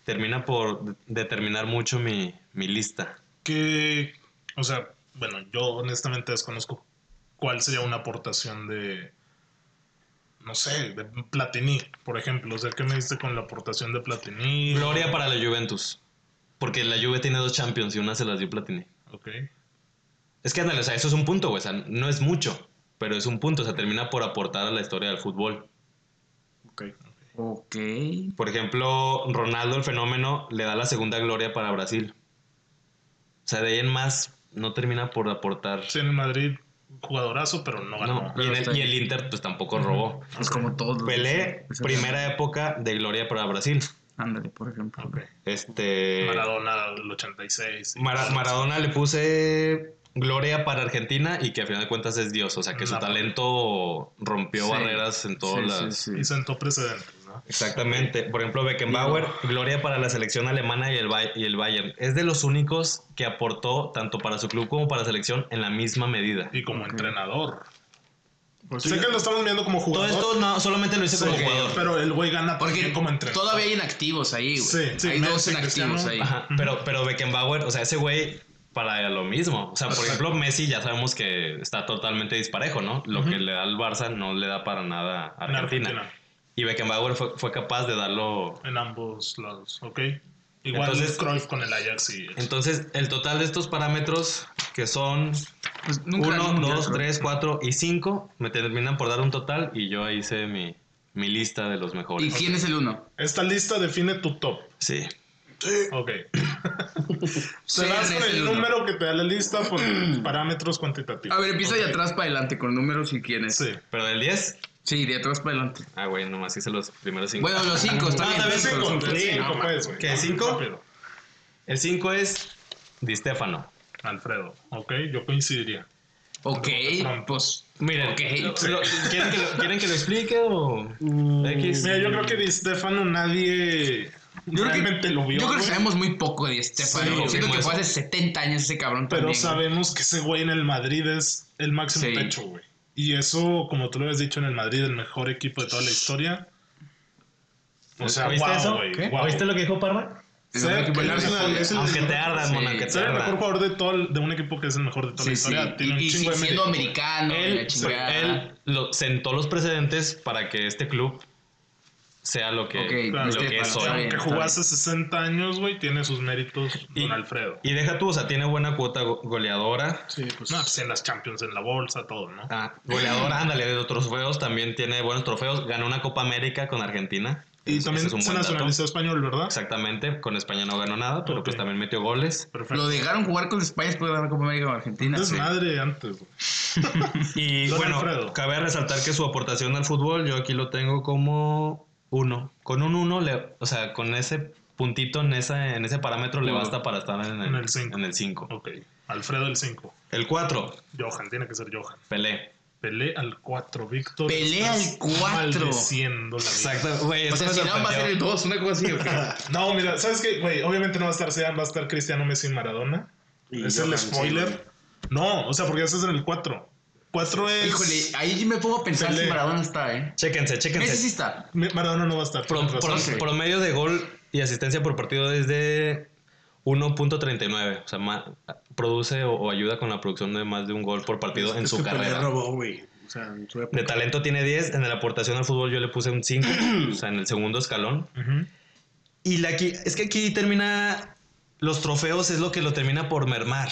termina por de- determinar mucho mi, mi lista. Que, o sea, bueno, yo honestamente desconozco cuál sería una aportación de, no sé, de Platini, por ejemplo. O sea, ¿qué me diste con la aportación de Platini? Gloria para la Juventus. Porque la Juve tiene dos Champions y una se las dio Platini. Ok. Es que ándale, o sea, eso es un punto, güey. O sea, no es mucho, pero es un punto. O sea, termina por aportar a la historia del fútbol. Ok. Ok. Por ejemplo, Ronaldo el fenómeno le da la segunda gloria para Brasil. O sea, de ahí en más no termina por aportar. Sí, en el Madrid, jugadorazo, pero no ganó. No, y, Pero en está el, y ahí. el Inter pues tampoco robó. Es como todos. los- Pelé, Esa- primera época de gloria para Brasil. Ándale, por ejemplo. Ok. Este Maradona, el 86. Mara- Maradona le puse gloria para Argentina y que a final de cuentas es Dios, o sea, que su Napoli. talento rompió Sí. barreras en todas Sí, las sí, sí. Y sentó precedentes, ¿no? Exactamente. Por ejemplo, Beckenbauer, gloria para la selección alemana y el, Bay- y el Bayern. Es de los únicos que aportó tanto para su club como para la selección en la misma medida. Y como Ok. entrenador. Pues sé sí, que lo estamos viendo como Todo jugador. esto no, solamente lo hice Sí, como ok, jugador. Pero el güey gana Porque también como entrenador. todavía hay inactivos ahí, güey. Sí, sí, hay dos Messi, inactivos Cristiano. ahí. Ajá, pero, pero Beckenbauer, o sea, ese güey para lo mismo. O sea, por ejemplo, Messi ya sabemos que está totalmente disparejo, ¿no? Lo que le da al Barça no le da para nada a en Argentina. Argentina. Y Beckenbauer fue, fue capaz de darlo. En ambos lados, ¿ok? Igual Entonces- Cruyff con el Ajax y... Entonces, el total de estos parámetros, que son Pues nunca 1, nunca- 2, 3, 4 y 5, me terminan por dar un total y yo ahí hice mi, mi lista de los ¿Y mejores. quién es el uno? Esta lista define tu top. Sí. Ok. Te Sí, das en con ese el uno. número que te da la lista por parámetros cuantitativos. A ver, empieza Ok. de atrás para adelante con números si quieres. Sí. ¿Pero del 10? Sí, de atrás para adelante. Ah, güey, nomás hice los primeros 5. Bueno, los cinco, está Ah, bien. tal vez los cinco, los encontré, cinco, no, sí, pues, güey. ¿Qué, cinco? Rápido. El 5 es Di Stefano. Alfredo, ok, yo coincidiría. Ok, No. pues. Miren, Ok. lo- ¿quieren, que lo, quieren que lo explique o...? Mm. X? Mira, yo creo que Di Stefano nadie Yo creo que- realmente lo vio. Yo creo que güey. sabemos muy poco de Sí, Estefano. Siento confirmo que fue eso. hace 70 años ese cabrón Pero también. güey. sabemos que ese güey en el Madrid es el máximo Sí. pecho, güey. Y eso, como tú lo habías dicho, en el Madrid, el mejor equipo de toda la historia. O sea, ¿Oíste wow, eso? güey, ¿Qué? wow. ¿Oíste lo que dijo Parra? Es Sé un equipo que de la es mejor una- liga. es el- Aunque te ardan, Sí. mona, que te Ser el mejor ardan. jugador de, todo, el- de un equipo que es el mejor de toda la Sí, sí. historia. Tiene un Y, y chingo de mérito. siendo Eh, americano, y la Él, chingada. él lo- sentó los precedentes para que este club sea lo que, Ok, este Claro, lo Di que es Stefano, O sea, está hoy. bien, aunque está jugó hace 60 años, güey, tiene sus méritos Y- Don Alfredo. Y deja tú, o sea, tiene buena cuota go- goleadora. sí, pues. No, pues en las Champions, en la bolsa, todo, ¿no? Ah, goleadora, ándale, de los trofeos también tiene buenos trofeos. Ganó una Copa América con Argentina. y Ese también es un se buen dato. nacionalizó español, ¿verdad? Exactamente, con España no ganó nada, pero Ok. pues también metió goles. Perfecto. Lo dejaron jugar con España después de ganar la Copa América con Argentina. sí. Desmadre antes, güey. Y Don bueno, Alfredo. cabe resaltar que su aportación al fútbol, yo aquí lo tengo como uno. Con un uno, le- o sea, con ese puntito en, esa, en ese parámetro le Uno. basta para estar en En el el cinco. 5. Ok. Alfredo el 5. El 4, Johan, tiene que ser Johan. Pelé. Pelé al 4, Víctor. Pelé al estás cuatro. Maldeciendo la vida. Exacto, güey, O esto sea, me si va a sorprendió. ser el 2, una cosa así. ¿o qué? No, mira, ¿sabes qué? Güey, obviamente no va a estar Zidane, va a estar Cristiano Messi y Maradona. Y es el Johan, sí, spoiler. güey. no, o sea, porque ese es en el 4. 4 es... Híjole, ahí me pongo a pensar Pelé. si Maradona está, ¿eh? Chéquense, chéquense. Messi sí está. Mi- Maradona no va a estar. Pro- tienes razón. pro- sí. Promedio de gol y asistencia por partido es de 1.39. O sea, ma- produce o, o ayuda con la producción de más de un gol por partido en Es su que Pelé carrera. robó, güey. O sea, en su época. De talento tiene 10. En la aportación al fútbol yo le puse un 5. o sea, en el segundo escalón. Ujú. Y la aquí, es que aquí termina... Los trofeos es lo que lo termina por mermar.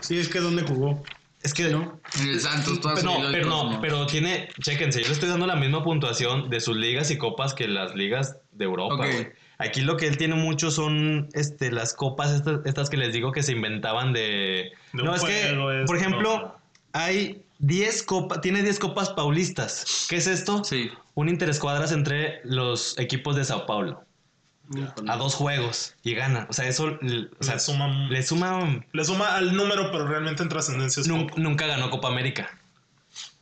Sí, es que ¿dónde jugó? Es que... ¿No? En el Santos, todas Pero sus no, ligas, pero todos no, no. pero tiene, chéquense, yo le estoy dando la misma puntuación de sus ligas y copas que las ligas de Europa. Ok. güey. Aquí lo que él tiene mucho son este, las copas estas, estas que les digo que se inventaban de... De no, un es que, juego, es por una ejemplo, cosa. hay 10 copas, tiene 10 copas paulistas. ¿Qué es esto? Sí. Un interescuadras entre los equipos de Sao Paulo. A dos juegos y gana. O sea, eso l- o sea, le, suma, le suma... le suma al número, pero realmente en trascendencia es nun- poco. nunca ganó Copa América.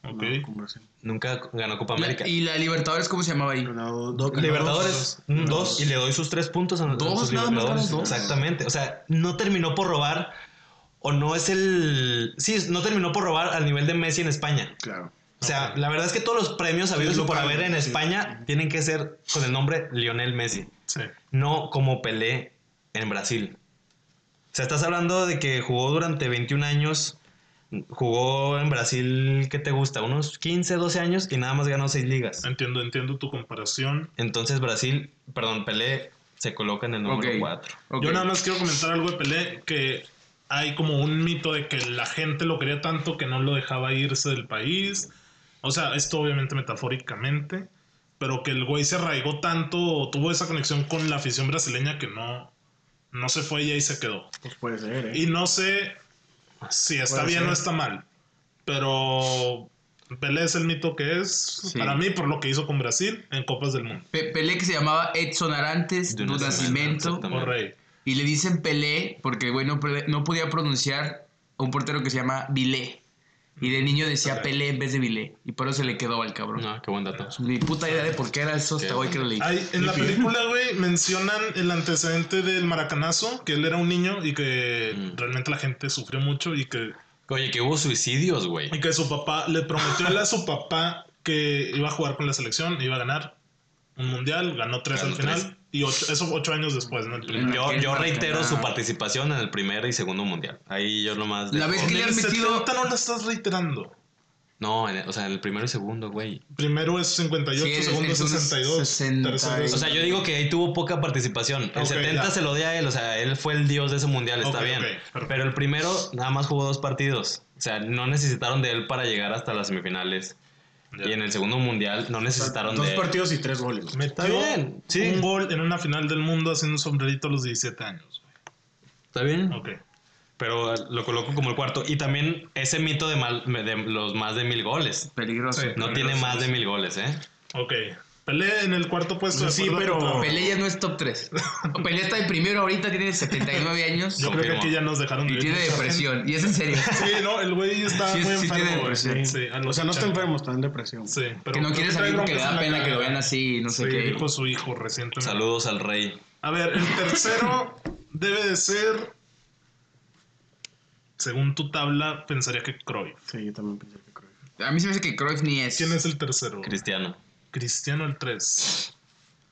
Ok. No, con Brasil. Nunca ganó Copa América. ¿Y la Libertadores cómo se llamaba ahí? Ganado dos- Libertadores, ganado un dos, dos. y le doy sus tres puntos a Dos, a sus nada más Libertadores. ganó dos. Exactamente. O sea, no terminó por robar, o no es el. Sí, no terminó por robar al nivel de Messi en España. Claro. O sea, Ok. la verdad es que todos los premios habidos es y lo por padre, haber en sí. España tienen que ser con el nombre Lionel Messi, Sí. no como Pelé en Brasil. O sea, estás hablando de que jugó durante 21 años, jugó en Brasil, ¿qué te gusta? Unos 15, 12 años y nada más ganó 6 ligas. Entiendo, entiendo tu comparación. Entonces Brasil, perdón, Pelé se coloca en el número Ok. 4. Ok. Yo nada más quiero comentar algo de Pelé, que hay como un mito de que la gente lo quería tanto que no lo dejaba irse del país. O sea, esto obviamente metafóricamente, pero que el güey se arraigó tanto o tuvo esa conexión con la afición brasileña que no, no se fue y ahí se quedó. Pues puede ser, ¿eh? Y no sé si está Puede bien ser. o está mal, pero Pelé es el mito que es Sí. para mí por lo que hizo con Brasil en Copas del Mundo. Pe- Pelé que se llamaba Edson Arantes De de Nacimiento. Nacimiento, Correy. Y le dicen Pelé porque, güey, no, pre- no podía pronunciar a un portero que se llama Vilé. Y de niño decía Ok. Pelé en vez de Vilé. Y por eso se le quedó al cabrón. No, qué buen dato. Ni puta idea de por qué era eso hasta Qué hoy que lo leí. Hay- en la película, güey, mencionan el antecedente del maracanazo, que él era un niño y que Mm. realmente la gente sufrió mucho y que, Oye, que hubo suicidios, güey. y que su papá le prometió a su papá que iba a jugar con la selección, iba a ganar un mundial, ganó tres Ganó al final tres. y ocho, eso ocho años después, ¿no? El primer. Yo, aquel yo reitero Maracaná. su participación en el primer y segundo mundial. Ahí yo nomás. La dejo- vez que le En han el metido- 70 no lo estás reiterando. No, en el- o sea, en el primero y segundo, güey. Primero es 58, Sí, el- segundo el es segundo es 62, 60 tercero es- O sea, yo digo que ahí tuvo poca participación. El Ok, 70 ya. se lo di a él, o sea, él fue el dios de ese mundial, está Ok, bien. ok, perfecto. Pero el primero nada más jugó dos partidos. O sea, no necesitaron de él para llegar hasta las semifinales. Ya. Y en el segundo mundial no necesitaron Dos de él. partidos y tres goles. güey. Metió bien, sí. un gol en una final del mundo haciendo un sombrerito a los 17 años. Está bien. güey. Ok. Pero lo coloco como el cuarto. Y también ese mito de, mal- de los más de mil goles. Peligroso. Sí. No tiene más de mil goles, ¿eh? Ok. Pelé en el cuarto puesto. No, de sí, acuerdo pero- con tu- Pelé ya no es top 3. Pelé está de primero ahorita, tiene 79 años. Yo creo que Confirmo. aquí ya nos dejaron de Y ver tiene mucha depresión. Y es en serio. gente. Sí, no, el güey está Sí, muy sí enfermo. tiene güey. depresión. Sí, a los O sea, no está 80. enfermo, está en depresión. Sí, pero Que no creo quiere trae salir porque broncas le da en la pena que lo cara. vean así, no sé Sí, pues, qué. dijo su hijo recientemente. Saludos al rey. A ver, el tercero debe de ser. Según tu tabla, pensaría que Cruyff. Sí, yo también pensé que creo. A mí se me hace que Cruyff ni es. ¿Quién es el tercero? Cristiano. Cristiano el 3.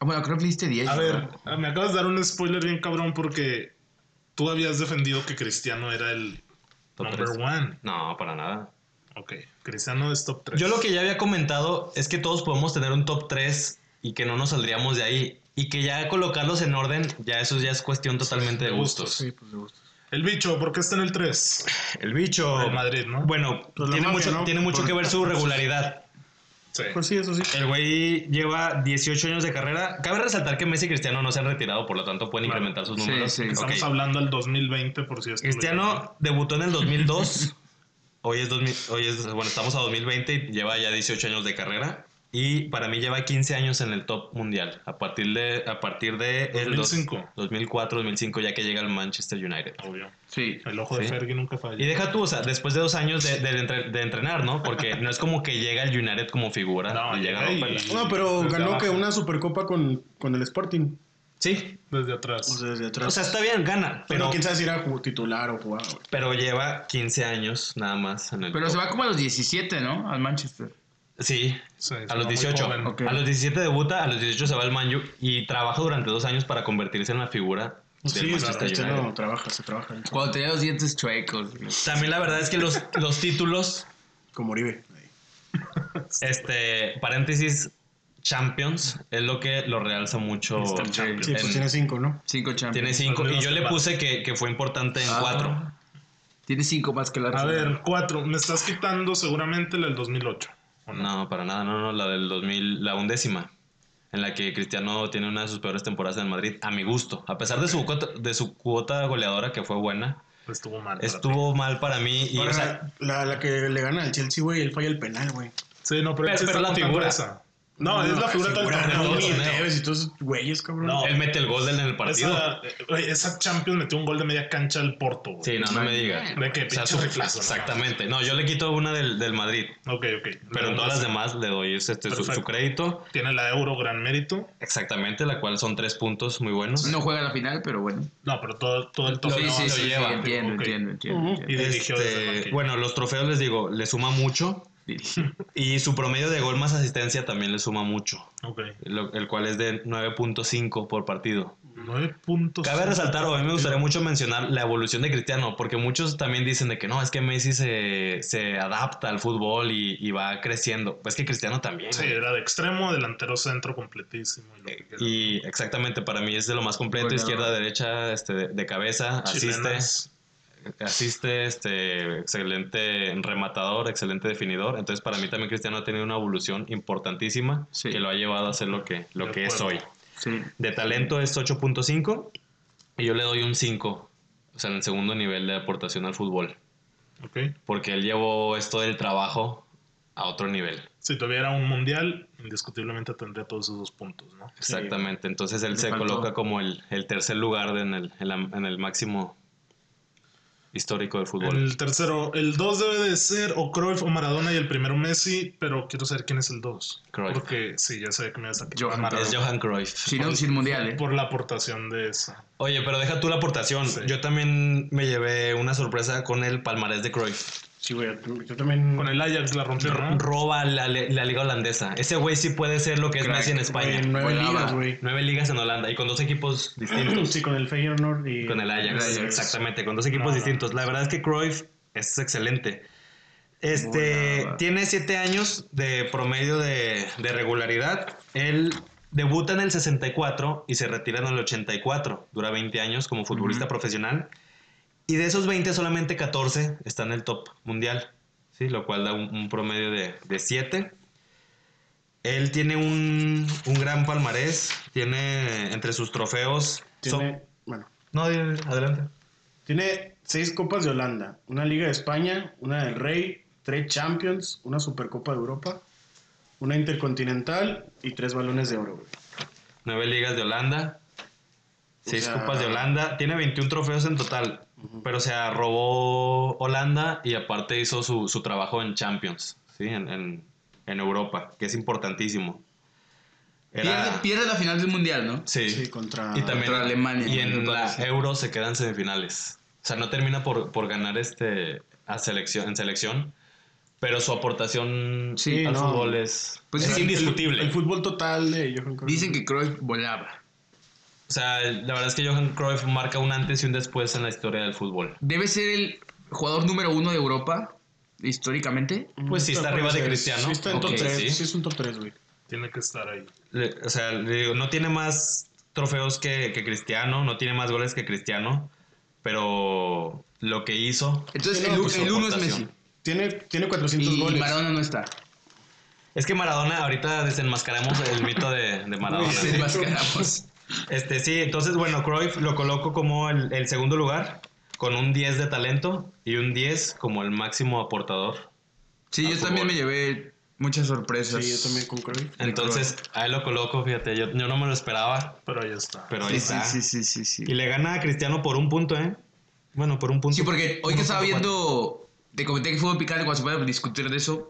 Ah, Bueno, Cruyff le diste 10. A ver, ah, ¿verdad? me acabas de dar un spoiler bien cabrón porque tú habías defendido que Cristiano era el Top number tres. one. No, para nada. Ok, Cristiano es top 3. Yo lo que ya había comentado es que todos podemos tener un top 3 y que no nos saldríamos de ahí. Y que ya colocarlos en orden, ya eso ya es cuestión totalmente de gustos. Sí, pues de gusto. El bicho, ¿por qué está en el 3? El bicho. El Madrid, ¿no? Bueno, Pues la tiene, mafia, mucho, ¿no? tiene mucho Por- que ver su regularidad. Sí. Pues sí, eso sí. El güey lleva 18 años de carrera. Cabe resaltar que Messi y Cristiano no se han retirado, por lo tanto pueden Claro. incrementar sus Sí, números. sí. Ok. Estamos hablando del 2020, por si es que lo llegan. Cristiano Este debutó en el 2002. hoy, es 2000 hoy es, bueno, estamos a 2020 y lleva ya 18 años de carrera. Y para mí lleva 15 años en el top mundial. A partir de, a partir de el dos- 2005. 2004, 2005, ya que llega al Manchester United. Obvio. Sí. El ojo de Sí. Fergie nunca Y falla. deja tú, o sea, después de dos años de, de entre- de entrenar, ¿no? Porque no es como que llega al United como figura. No, y llega a llega y- romperla. No, pero Desde ganó abajo. que una supercopa con, con el Sporting. Sí, Desde O atrás. sea, desde atrás. o sea, está bien, gana. pero Pero, quién sabe si era ju- titular o jugador. güey. pero lleva 15 años nada más en el Pero top. se va como a los 17, ¿no? Al Manchester. Sí, Sí, A estaba los muy 18. joven. Ok. A los 17 debuta, a los 18 se va al Manju y trabaja durante dos años para convertirse en la figura del Sí, o sea, Manchester Cristiano United. Este trabaja, se trabaja. en- Cuando tenía los dientes chuecos. güey. También la verdad es que los, los títulos, Como Oribe. este, paréntesis, Champions, es lo que lo realza mucho. Mr. en- Champions. Sí, pues tiene cinco, ¿no? Cinco tiene champions. cinco y yo le Ah. puse que, que fue importante en Ah. cuatro. Tiene cinco más que la A ver, 4. Me estás quitando seguramente la del 2008. No, para nada, no, no, la del 2000, la undécima. en la que Cristiano tiene una de sus peores temporadas en el Madrid, a mi gusto. A pesar de su cuota, de su cuota goleadora que fue buena, Estuvo mal. para ti. estuvo mal para mí. Y, Ahora, o sea, la, la que le gana al Chelsea, güey, él falla el penal, güey. Sí, no, pero, Pero- él sí pero está la contando figura. esa. No, es la figura todo el figura, torneo. no, todo el ni torneo. Tevez y todos esos güeyes, cabrón. No. él mete el gol en el partido. Esa, eh, güey, esa Champions metió un gol de media cancha al Porto. güey. Sí, no, no me diga. De que O sea, pinche su- reemplazo, ¿no? exactamente. No, yo le quito una del, del Madrid, Ok, ok. pero en todas las demás le doy este, su- su, Perfecto. crédito. Tiene la Euro, gran mérito. Exactamente, la cual son tres puntos muy buenos. No juega la final, pero bueno. No, pero todo, todo el torneo. sí, lo sí, sí, lleva. sí, entiendo, Ok. Uh-huh. entiendo, entiendo, Ujú. Y entiendo. dirigió Este, desde el banquillo. bueno, los trofeos les digo, le suma mucho. Y su promedio de gol más asistencia también le suma mucho, Ok. lo- el cual es de 9.5 por partido. 9 puntos. Cabe resaltar, o a mí me gustaría mucho mencionar la evolución de Cristiano, porque muchos también dicen de que no, es que Messi se, se adapta al fútbol y, y va creciendo. Pues que Cristiano también. Sí, era de extremo, delantero centro completísimo. y lo que quiera. Eh, Y exactamente, para mí es de lo más completo, Goleador. izquierda, derecha, este, de, de cabeza, asiste, Chilenas. asiste, este, excelente rematador, excelente definidor. Entonces, para mí también Cristiano ha tenido una evolución importantísima Sí. que lo ha llevado a ser lo que, lo De que es hoy. acuerdo. Sí. De talento es 8.5 y yo le doy un 5, o sea, en el segundo nivel de aportación al fútbol, Ok. porque él llevó esto del trabajo a otro nivel. Si tuviera un mundial, indiscutiblemente tendría todos esos puntos, ¿no? Exactamente, entonces él Le se faltó. coloca como el, el tercer lugar de- en, el, en la- en el máximo histórico del fútbol. El tercero, el 2 debe de ser o Cruyff o Maradona y el primero Messi, pero quiero saber quién es el 2. Cruyff. Porque sí, ya sé que me vas a Johan, quitar Es Maradona Johan Cruyff. Si no, sin ¿eh? mundiales. por la aportación de esa. Oye, pero deja tú la aportación. Sí. Yo también me llevé una sorpresa con el palmarés de Cruyff. Sí, güey, yo también. Con el Ajax la rompió, ¿no? Roba la, le- la liga holandesa. Ese güey sí puede ser lo que es Crack, Messi en España. güey, nueve Volaba. ligas, güey. Nueve ligas en Holanda y con dos equipos distintos. Sí, con el Feyenoord y. Con el Ajax, Ajax. exactamente, con dos equipos No, no, distintos. La verdad es que Cruyff es excelente. Este Volaba. tiene siete años de promedio de, de regularidad. Él debuta en el 64 y se retira en el 84. Dura 20 años como futbolista Ujú. profesional. Y de esos 20, solamente 14 están en el top mundial. ¿sí? Lo cual da un, un promedio de, de 7. Él tiene un, un gran palmarés. Tiene entre sus trofeos. son- Tiene, bueno, no, di- di- adelante. tiene seis Copas de Holanda, una Liga de España, una del Rey, tres Champions, una Supercopa de Europa, una Intercontinental y tres balones de oro, güey. Nueve ligas de Holanda. Seis sea- copas de Holanda. Tiene 21 trofeos en total. Pero se robó Holanda y aparte hizo su, su trabajo en Champions, ¿sí? En, en- en Europa, que es importantísimo. Pierde, pierde la final del mundial, ¿no? Sí. Sí, Ah, contra. y también Contra Alemania, Y en me la parece. Euro se quedan semifinales. O sea, no termina por, por ganar este a selección, en selección. Pero su aportación Sí, al no. fútbol es, Pues es es que el- indiscutible. El fútbol total de Johan Cruyff. Dicen que Cruyff volaba. O sea, la verdad es que Johan Cruyff marca un antes y un después en la historia del fútbol. Debe ser el jugador número uno de Europa, históricamente. Mm, Pues sí, está arriba de Cristiano. Sí, está en Ok, top 3. sí. Sí. es un top 3, güey. Tiene que estar ahí. Le- o sea, le digo, no tiene más trofeos que, que Cristiano, no tiene más goles que Cristiano, pero lo que hizo... Entonces, Sí, el, no, u- pues, su el uno es aportación. Messi. Tiene, tiene 400 Y goles. Maradona no está. Es que Maradona, ahorita desenmascaramos el mito de, de Maradona. Se enmascaramos. Este, sí, entonces, bueno, Cruyff lo coloco como el, el segundo lugar, con un 10 de talento y un 10 como el máximo aportador. Sí, Al yo también fútbol. me llevé muchas sorpresas. Sí, yo también con Cruyff. Entonces, ahí lo coloco, fíjate, yo, yo no me lo esperaba, Pero ahí está. pero ahí Sí, sí, está. sí, sí, sí, sí. Y le gana a Cristiano por un punto, ¿eh? Bueno, por un punto. Sí, porque hoy Uno que estaba punto viendo, te comenté que fue picante cuando se puede discutir de eso.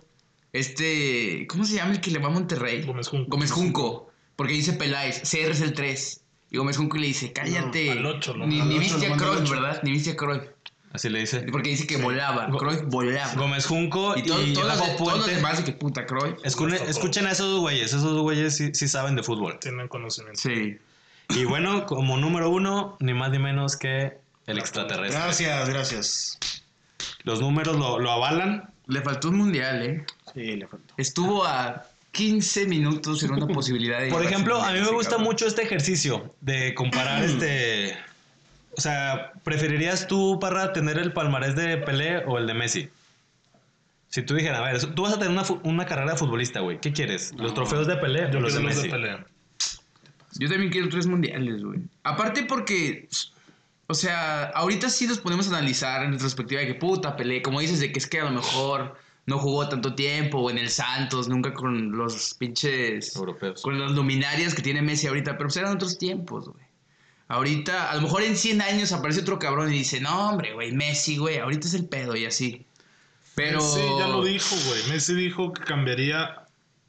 Este, ¿cómo se llama el que le va a Monterrey? Gómez Junco. Gómez Junco. Porque dice Peláez, CR es el 3. Y Gómez Junco le dice, cállate. No, al ocho, lo ni, manda ni al ocho, viste lo a manda al Cruyff, ocho. ¿verdad? Ni viste a Cruyff. cuatro. Así le dice. Porque dice que volaba. Go- Cruyff volaba. Gómez Junco Ah, y y, todo- todos, los Rafa de, todos los Puente. demás de que puta Cruyff. Escuchen, escuchen a esos dos güeyes, esos dos güeyes sí, sí saben de fútbol. Tienen conocimiento. Sí. Y bueno, como número uno, ni más ni menos que el extraterrestre. Gracias, gracias. Los números lo, lo avalan. Le faltó un mundial, ¿eh? Sí, le faltó. Estuvo a 15 minutos en una posibilidad de... Por llevarse ejemplo, el a mí mundial me ese gusta cabrón. mucho este ejercicio de comparar este... O sea, ¿preferirías tú, Parra, tener el palmarés de Pelé o el de Messi? Si tú dijeras, a ver, tú vas a tener una, fu- una carrera de futbolista, güey. ¿Qué quieres? ¿Los trofeos de Pelé o Yo los de quiero los de Messi? pelea. Yo también quiero tres mundiales, güey. Aparte porque, o sea, ahorita sí nos ponemos a analizar en retrospectiva de que puta Pelé, como dices, de que es que a lo mejor no jugó tanto tiempo o en el Santos, nunca con los pinches... Europeos. Con las luminarias que tiene Messi ahorita, pero pues eran otros tiempos, güey. Ahorita, a lo mejor en 100 años aparece otro cabrón y dice, no, hombre, güey, Messi, güey, ahorita es el pedo y así. Pero... Messi ya lo dijo, güey. Messi dijo que cambiaría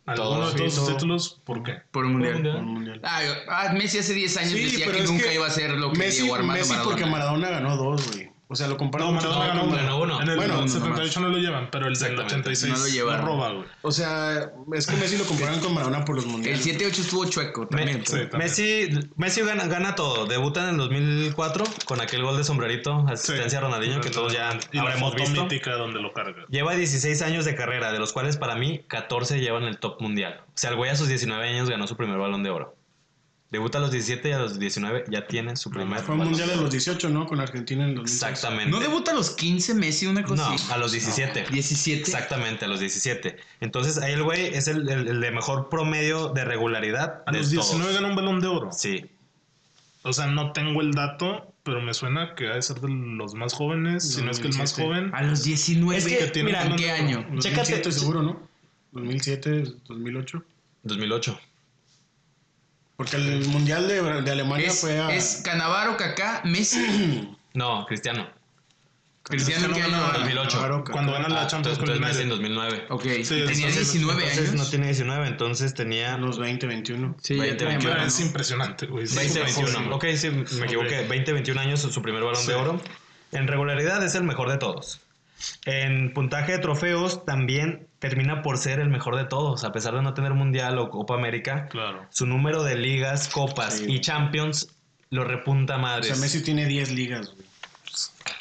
alguno Todo, de sí, todos sus todo. títulos. ¿Por qué? Por un mundial. Por un Por un mundial. Ah, yo- ah, Messi hace 10 años Sí, decía pero que es nunca que iba a ser lo que Messi, Diego Armando Messi Maradona. porque Maradona ganó dos, güey. O sea, lo comparo No, mucho. Maradona Maradona ganó uno. ganó uno. En el Bueno, 78 no lo llevan, pero el del Exactamente. 86 No lo llevaron. roba, güey. O sea, es que Messi lo comparan con Maradona por los El mundiales. 7-8 estuvo chueco también. Sí, pero- también. Messi, Messi gana, gana todo. Debuta en el 2004 con aquel gol de sombrerito, asistencia a Ronaldinho, que todos ya y la habremos foto visto. mítica donde lo carga. Lleva 16 años de carrera, de los cuales para mí 14 llevan el top mundial. O sea, el güey a sus 19 años ganó su primer balón de oro. Debuta a los 17 y a los 19 ya tiene su primer Fue un Balón mundial de de Oro. los 18, ¿no? Con Argentina en los Exactamente. ¿No debuta a los 15 Messi una cosa No, así? a los 17. 17. Exactamente, a los 17. Entonces, ahí el güey es el, el- el de mejor promedio de regularidad. A de los 19 todos. ganó un balón de oro. Sí. O sea, no tengo el dato, pero me suena que ha de ser de los más jóvenes, si no es que el más 2007. joven. Ah, A los 19. Es que, ¿en tiene un qué balón de año? En 2007 Chécate. seguro, ¿no? 2007, 2008. 2008. Porque el mundial de, de Alemania Es, fue a... es Canavaro, Kaká, Messi, No, Cristiano. Cristiano, ¿en qué Cristiano año? ganó va? 2008. Claro, Cuando ganan la Ah, Champions entonces, con el entonces Messi en United. 2009. Ok, Sí, tenía entonces- 19 Entonces no años. tiene 19, entonces tenía Los 20, 21. Sí, ya 20, tenía 21, Claro, más, Es ¿no? impresionante, güey. Sí, 20, súper joven, 21. güey. Ok, sí, me equivoqué. 20, 21 años, su primer balón Sí. de oro. En regularidad es el mejor de todos. En puntaje de trofeos también termina por ser el mejor de todos, a pesar de no tener Mundial o Copa América. Claro. Su número de ligas, copas Sí. y champions lo repunta O madres. sea, Messi tiene 10 ligas, güey.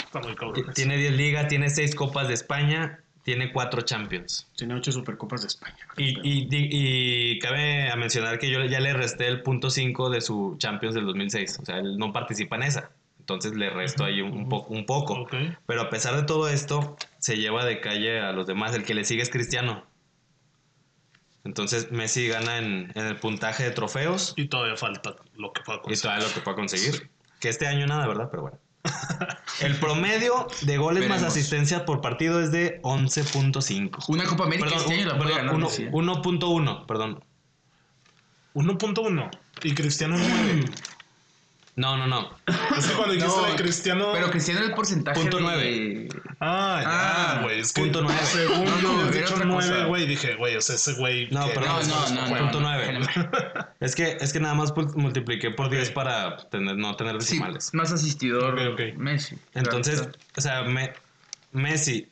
Está muy T- cabrón. Tiene 10 ligas, tiene 6 copas de España, tiene 4 champions. Tiene 8 supercopas de España. Y, y- y- y cabe a mencionar que yo ya le resté el punto 5 de su Champions del 2006. O sea, él no participa en esa. Entonces le resto ahí un, un poco, un poco. Ok. Pero a pesar de todo esto, se lleva de calle a los demás. El que le sigue es Cristiano. Entonces Messi gana en, en el puntaje de trofeos Y todavía falta lo que pueda y conseguir. todavía lo que pueda conseguir. Que este año nada, ¿verdad? Pero bueno. El promedio de goles más Veremos. asistencias por partido es de 11.5. Una Copa América Perdón, este año la un- puede perdón, ganar uno- Messi, ¿eh? 1.1, perdón. 1.1. Y Cristiano 9. No, no, no. es que cuando dijiste No, de Cristiano. Pero Cristiano era el porcentaje Punto de- nueve. Ah, Ah, ya, güey. es que punto nueve. Según No, no, no, no, era dicho otra cosa. 9, güey, dije, güey, o sea, ese güey. No, que- perdón. No, no, no, no. Punto no, nueve. Es que, es que nada más pul- multipliqué por Ok. 10 para tener, no tener Sí, decimales. más asistidor Ok, ok. Messi. Entonces, Claro, o sea, me- Messi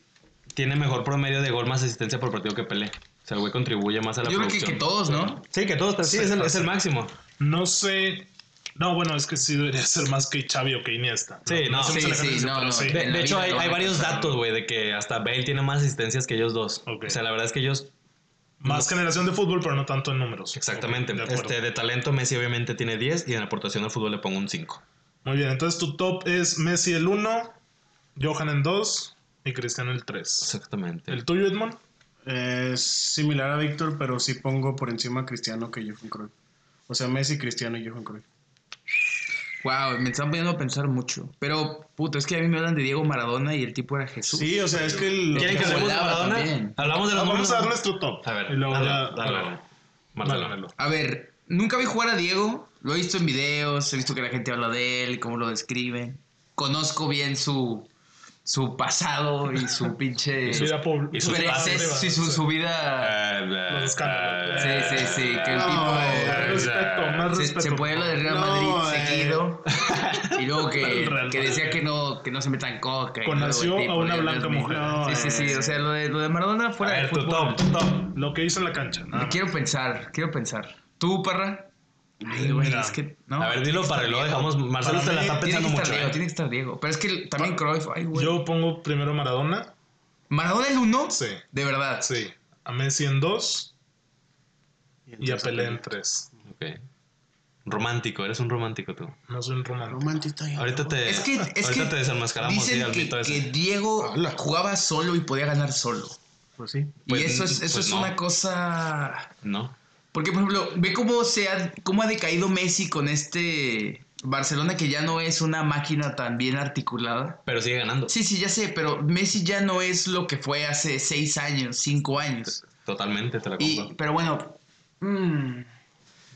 tiene mejor promedio de gol más asistencia por partido que Pelé. O sea, el güey contribuye más a la claro. Yo creo que, producción. que todos, ¿no? Sí, que todos. Sí, es el, es el máximo. No sé. No, bueno, es que sí debería ser más que Xavi o que Iniesta. Sí, no. hacemos Sí, el sí, ejercicio, no, pero no. sí. De, En la de hecho, vida hay, lo van hay a varios alcanzar, datos, güey, de que hasta Bale tiene más asistencias que ellos dos. Ok. O sea, la verdad es que ellos Más generación de fútbol, pero no tanto en números. Exactamente. Ok, de acuerdo. este, de talento, Messi obviamente tiene 10 y en aportación al fútbol le pongo un 5. Muy bien, entonces tu top es Messi el 1, Johan en 2 y Cristiano el 3. Exactamente. ¿El tuyo, Edmond? Es similar a Víctor, pero sí pongo por encima a Cristiano que Johan Cruyff. O sea, Messi, Cristiano y Johan Cruyff. Wow, me están poniendo a pensar mucho. Pero, puto, es que a mí me hablan de Diego Maradona y el tipo era Jesús. Sí, o sea, es que... El, ¿Quieren que que hablemos de volaba Maradona? también. Hablamos de los Ah, vamos a dar números? nuestro top. A ver, y luego dale, ya. dale, Dale, Márcalo. Márcalo. A ver, nunca vi jugar a Diego. Lo he visto en videos, he visto que la gente habla de él, cómo lo describe. Conozco bien su, su pasado y su pinche... Su vida pública. y sus pero pases, exceso y su, su vida... Eh, eh, Los escándalos. eh, Ah, Sí, sí, sí, que el eh, tipo- Más respeto, más Se, respeto. se fue a la de Real Madrid No, eh. seguido. Y luego que, Real Madrid. que decía que no, que no se metan coca. y Con luego nació el tipo, a una Dios blanca mío. mujer. No, Sí, sí, sí. eh. O sea, lo de, lo de Maradona A fuera de ver, tu fútbol. top, tu top. Lo que hizo en la cancha. nada más. Quiero pensar, quiero pensar. ¿Tú, Parra? Ay, güey, Mira. es que... No, A ver, dilo para que lo dejamos. Marcelo Para se la mí está Tiene que pensando estar mucho. Diego, eh. tiene que estar Diego. Pero es que también Cruyff, ay, güey. Yo pongo primero Maradona. ¿Maradona el 1? Sí. De verdad. Sí. A Messi en 2 y a Pelé en 3. ¿eh? Ok. Romántico, eres un romántico tú. No soy un romántico. Romántico. Ahorita te, Es que, es ahorita que te desenmascaramos. sí, dicen al que, mito ese. que Diego Ala. jugaba solo y podía ganar solo. Pues sí. y Pues, eso es, eso pues es no. una cosa... No. Porque, por ejemplo, ve cómo, se ha, cómo ha decaído Messi con este Barcelona que ya no es una máquina tan bien articulada. Pero sigue ganando. Sí, sí, ya sé, pero Messi ya no es lo que fue hace seis años, cinco años. Totalmente, te la Y, compro. pero bueno, mm,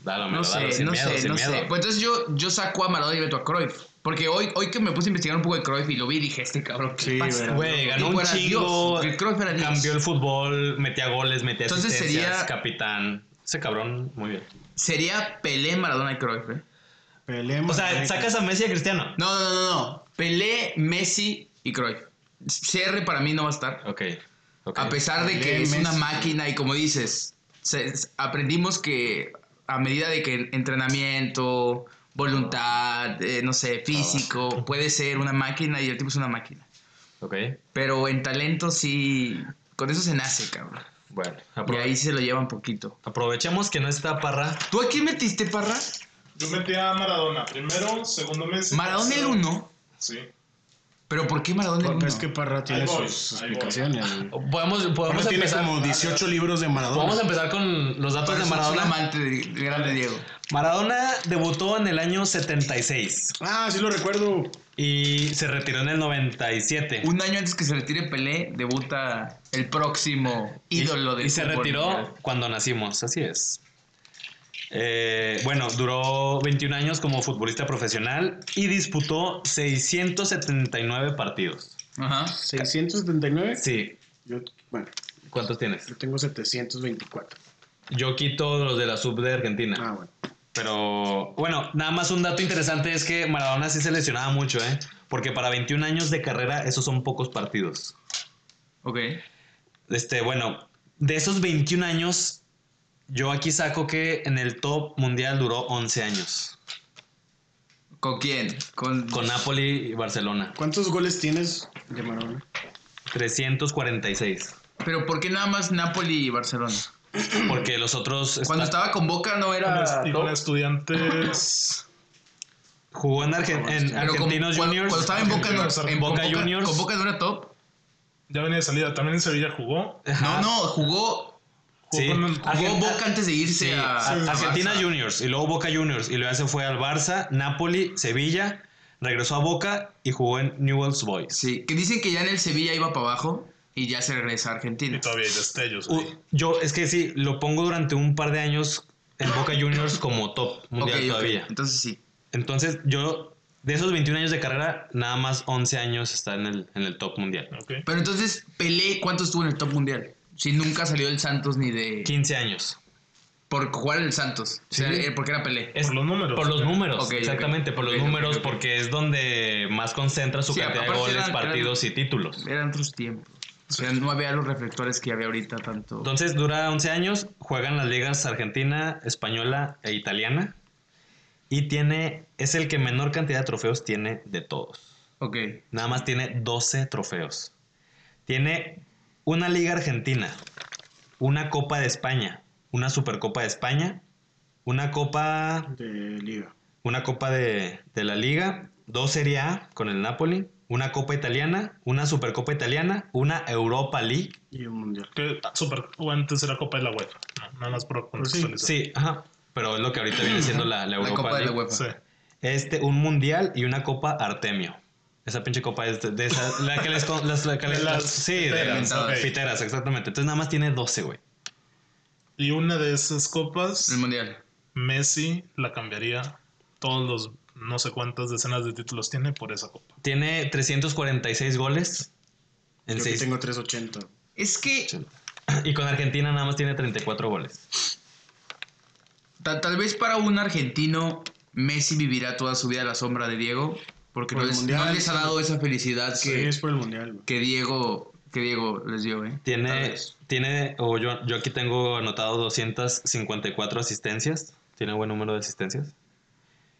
Dalo, no mero, dalo, sé, sin no miedo, sé, sin no sé. miedo. Pues entonces yo, yo saco a Maradona y meto a Cruyff. Porque hoy, hoy que me puse a investigar un poco de Cruyff y lo vi, dije, este cabrón, ¿qué Sí, le pasa? güey. Güey, ganó Tipo, un era chingo. Dios, que Cruyff era Dios. Cambió el fútbol, metía goles, metía pues Entonces asistencias, sería- capitán. Ese cabrón, muy bien. Sería Pelé, Maradona y Cruyff, ¿eh? Pelé, O sea, Maradona. sacas a Messi y a Cristiano. No, no, no, no, no. Pelé, Messi y Cruyff. CR para mí no va a estar. Ok. ok. A pesar de que Pelé, es una Messi. máquina y como dices, se- s- aprendimos que a medida de que entrenamiento, voluntad, eh, no sé, Ah, físico, puede ser una máquina y el tipo es una máquina. Ok. Pero en talento sí, con eso se nace, cabrón. Bueno, Y aprove- ahí se lo llevan poquito. aprovechemos que no está Parra. ¿Tú a quién metiste, Parra? Yo metí a Maradona primero, segundo Messi. Maradona el tercero- 1. Sí. ¿Pero por qué Maradona el Porque 1? es que Parra tiene Ahí voy, sus ahí voy. explicaciones. güey. Podemos, Parra podemos tiene empezar. como 18 libros de Maradona. Vamos a empezar con los datos de Maradona. amante de, de grande Diego. Maradona debutó en el año 76 Ah, sí lo recuerdo. y se retiró en el 97. Un año antes que se retire Pelé, debuta el próximo Y- ídolo del Y se fútbol retiró mundial. cuando nacimos, así es. Eh, bueno, duró 21 años como futbolista profesional y disputó 679 partidos. Ajá. 679. Sí, Yo, bueno, ¿cuántos tienes? yo tengo 724. Yo quito los de la sub de Argentina. Ah, bueno. Pero bueno, nada más un dato interesante es que Maradona sí se lesionaba mucho, ¿eh? Porque para 21 años de carrera, esos son pocos partidos. Ok. Este, bueno, de esos 21 años, yo aquí saco que en el top mundial duró 11 años. ¿Con quién? Con, Con Napoli y Barcelona. ¿Cuántos goles tienes de Maradona? 346. Pero ¿por qué nada más Napoli y Barcelona? Porque los otros. Cuando está- estaba con Boca no Con era... est- y con top, estudiantes. Jugó en, Argen- pero en con- Argentinos cuando- Juniors. Cuando estaba en Boca no... Argentinos, En, Boca con Juniors. Con Boca no era top. Ya venía de salida. También en Sevilla jugó. No, Ajá. no, jugó, Jugó Sí. con el- jugó Argen- Boca antes de irse Sí, a, a- a Argentina Barça. Juniors y luego Boca Juniors y luego ya se fue al Barça, Napoli, Sevilla, regresó a Boca y jugó en Newell's Boys. Sí, que dicen que ya en el Sevilla iba para abajo y ya se regresa a Argentina. Y todavía hay destellos. U- ahí. yo es que sí, lo pongo durante un par de años en Boca Juniors como top Ok, mundial ok, todavía. Entonces sí. Entonces yo de esos 21 años de carrera, nada más 11 años está en el, en el top mundial. Ok. Pero entonces, Pelé, ¿cuánto estuvo en el top mundial? Si nunca salió del Santos ni de... 15 años. Por jugar en el Santos. O sea, Sí. eh, porque era Pelé. Es- Por los números. Por los números, Ok, ok. exactamente, por los Ok, ok, números, ok. porque es donde más concentra su Sí, cantidad de aparte goles, eran- partidos y títulos. Eran otros tiempos. O sea, no había los reflectores que había ahorita tanto. Entonces dura 11 años, juega en las ligas argentina, española e italiana. Y tiene, es el que menor cantidad de trofeos tiene de todos. Ok. Nada más tiene 12 trofeos. Tiene una liga argentina, una copa de España, una supercopa de España, una copa, De liga. una copa de, de la liga, dos Serie A con el Napoli, una copa italiana, una supercopa italiana, una Europa League. Y un mundial. Que ah, super, o antes era Copa de la UEFA. No, nada más por contextualizar. Pues Sí, ajá. Pero es lo que ahorita viene siendo la, la La Europa Copa de la League. UEFA. Sí. Este, un mundial y una copa Artemio. Esa pinche copa es de, de esa, la que les... con- Las, la que De les- las las- sí, de piteras, las ok. piteras, exactamente. Entonces nada más tiene 12, güey. Y una de esas copas, El mundial. Messi la cambiaría todos los no sé cuántas decenas de títulos tiene por esa copa. Tiene 346 goles en Yo que 6. tengo 380. Es que Y con Argentina nada más tiene 34 goles. ta- tal vez para un argentino, Messi vivirá toda su vida a la sombra de Diego. Porque Por Pues, no el les, mundial. no les ha dado esa felicidad Sí, que, es por el mundial, güey. que Diego que Diego les dio, ¿eh? Tal Tiene, vez. tiene o yo, yo aquí tengo anotado 254 asistencias. Tiene buen número de asistencias.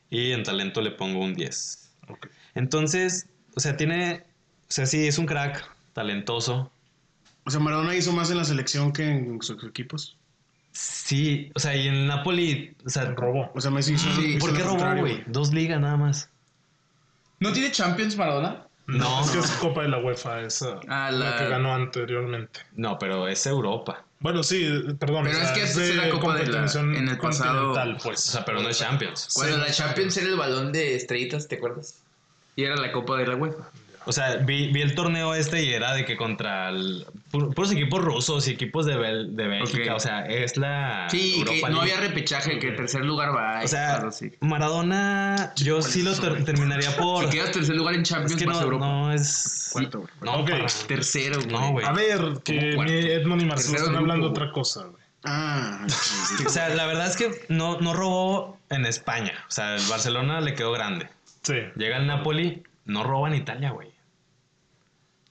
Y en talento le pongo un 10. Ok. Entonces, o sea, tiene. O sea, sí, es un crack, talentoso. O sea, Maradona hizo más en la selección que en sus equipos. Sí, o sea, y en Napoli. O sea, Robó. O sea, Messi hizo. Sí. hizo ¿Por lo qué robó, contrario, güey? Dos ligas nada más. ¿No tiene Champions Maradona? No, Es que es Copa de la UEFA esa. Ah, la... la- que ganó anteriormente. no, pero es Europa. Bueno, sí, perdón. Pero es que antes era Copa de la- competición en el pasado- continental, O pues. sea, pero no es Champions. Cuando Sí. la Champions era el balón de estrellitas, ¿te acuerdas? Y era la Copa de la UEFA. O sea, vi, vi el torneo este y era de que contra el- pu- puros equipos rusos y equipos de, Bel- de Bélgica. Ok. O sea, es la. Sí, que Europa no League. había repechaje, que el tercer lugar va. y O sea, cosas así. Maradona, yo sí lo ter- terminaría por. si quedas tercer lugar en es Champions, que vas a no, Europa. no es. Cuarto, güey. No, Ok. para- Tercero, güey. No, güey. A ver, que cuarto. mi Edmond y Marcelo Tercero están grupo, hablando güey. otra cosa, güey. Ah, sí. O sea, la verdad es que no, no robó en España. O sea, el Barcelona le quedó grande. Sí. Llega el Napoli, no roba en Italia, güey.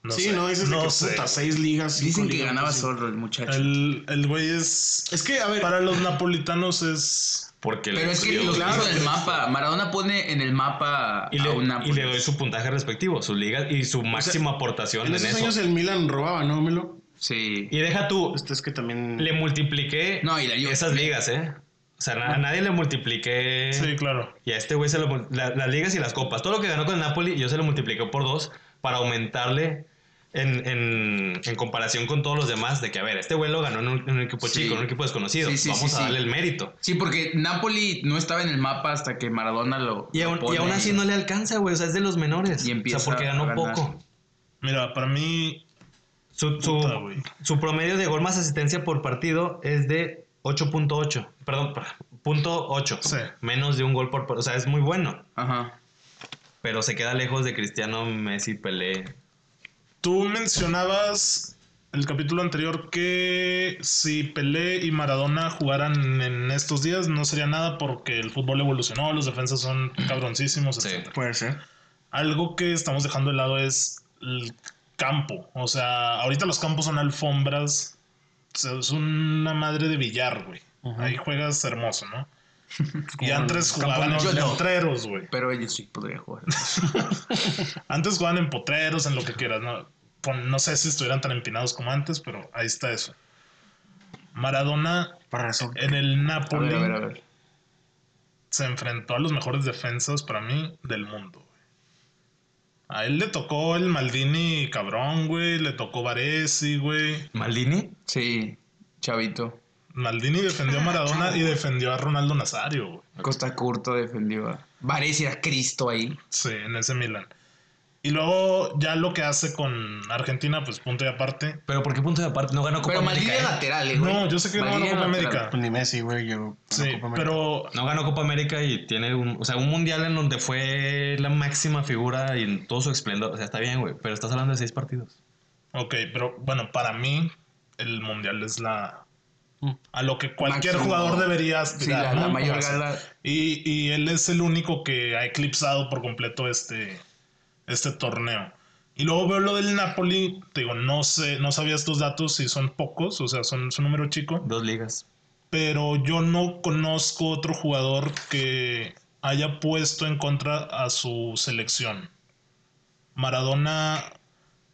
No sí, sé. no dices de no que sé. puta, seis ligas. cinco Dicen que ligas, ganaba sí. solo el muchacho. El el güey es. Es que, a ver, Para los napolitanos es. Porque Pero le es que dio- lo claro, puso en el mapa. Maradona pone en el mapa y a le, un y Napoli. le doy su puntaje respectivo, su liga y su máxima aportación en en, esos eso. años el Milan robaba, ¿no, Melo? Sí. Y deja tú, Este es que también... le multipliqué No, y la Juve. esas ligas, ¿eh? O sea, na- a nadie le multipliqué. Sí, claro. Y a este güey se lo mul- la- las ligas y las copas. Todo lo que ganó con el Napoli, yo se lo multipliqué por dos para aumentarle en, en- en comparación con todos los demás. De que, a ver, este güey lo ganó en un, en un equipo Sí. chico, en un equipo desconocido. Sí, sí, Vamos sí, a sí. darle el mérito. Sí, porque Napoli no estaba en el mapa hasta que Maradona lo. Y aún, lo y aún pone. así no le alcanza, güey. O sea, es de los menores. Y empieza o sea, porque a ganó ganar. poco. Mira, para mí. Su, su- Puta, güey. su promedio de gol más asistencia por partido es de 8.8. Perdón, pa- punto .8. Sí. Menos de un gol por... par- O sea, es muy bueno. Ajá. Pero se queda lejos de Cristiano, Messi, Pelé. Tú mencionabas el capítulo anterior que si Pelé y Maradona jugaran en estos días no sería nada porque el fútbol evolucionó, los defensas son cabroncísimos, Sí. etc. Puede ser. Algo que estamos dejando de lado es el campo. O sea, ahorita los campos son alfombras. O sea, es una madre de billar, güey. Ahí juegas hermoso, ¿no? y antes campo jugaban no- en yo no. letreros, güey. Pero ellos sí podría jugar. Antes jugaban en potreros, en lo que quieras, ¿no? Pon- no sé si estuvieran tan empinados como antes, pero ahí está eso. Maradona Para razón. en el A Napoli ver, a ver, a ver. se enfrentó a los mejores defensas para mí del mundo. güey. A él le tocó el Maldini cabrón, güey. Le tocó Baresi, güey. ¿Maldini? Sí, Chavito. Maldini defendió a Maradona y defendió a Ronaldo Nazario, güey. Costa Curto defendió a. Varese era Cristo ahí. Sí, en ese Milan. Y luego ya lo que hace con Argentina, pues punto y aparte. ¿Pero por qué punto de aparte? No ganó Copa Pero Maldini América. era ¿eh? lateral, eh, güey. No, yo sé que no ganó Maldini era Copa lateral. América. Pues ni Messi, güey, yo... Sí, pero No ganó Copa América y tiene un, o sea, un mundial en donde fue la máxima figura y en todo su esplendor. O sea, está bien, güey, pero estás hablando de seis partidos. Ok, pero bueno, para mí el mundial es la a lo que cualquier Mm. Máximo. jugador debería Sí, aspirar. la, la ¿no? mayor Como gala. así. Y, y él es el único que ha eclipsado por completo este, este torneo. Y luego veo lo del Napoli, te digo, no sé, no sabía estos datos si son pocos, o sea, son su número chico, Dos ligas. pero yo no conozco otro jugador que haya puesto en contra a su selección. Maradona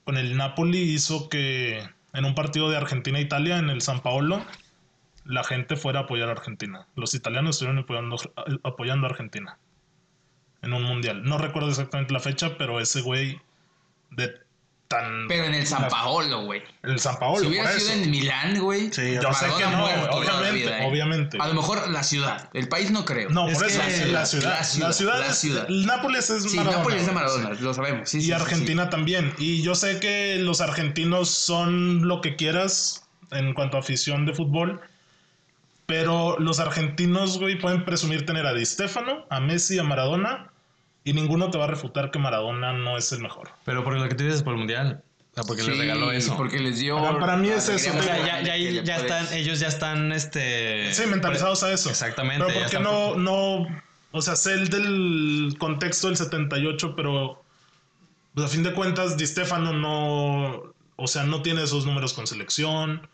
con el Napoli hizo que en un partido de Argentina-Italia en el San Paolo la gente fuera a apoyar a Argentina. Los italianos estuvieron apoyando, apoyando a Argentina en un mundial. No recuerdo exactamente la fecha, pero ese güey de tan Pero en el San Paolo, güey. el San Paolo. Si por hubiera eso. sido en Milán, güey. Sí, Yo sé que Maradona no, muerto toda la obviamente, vida, eh. obviamente. A lo mejor la ciudad. El país no creo. No, Es por que eso es la ciudad. La ciudad, la es- ciudad. el Nápoles es sí, Maradona. Nápoles es de Maradona, lo sabemos. Sí, sí, Y sí, Argentina también. Y yo sé que los argentinos son lo que quieras en cuanto a afición de fútbol. Pero los argentinos, güey, pueden presumir tener a Di Stefano, a Messi, a Maradona. Y ninguno te va a refutar que Maradona no es el mejor. Pero por lo que tú dices por el mundial. O sea, porque Sí, le regaló eso. Porque les dio. Para- para mí es la eso, alegría O más sea, Pero- ya, grande ya, que le ya puedes- están, ellos ya están, Eh, este... Sí, mentalizados a eso. Exactamente, Pero ya porque no, están- no. O sea, sé el del contexto del 78, pero. Pues a fin de cuentas, Di Stefano no. O sea, no tiene esos números con selección.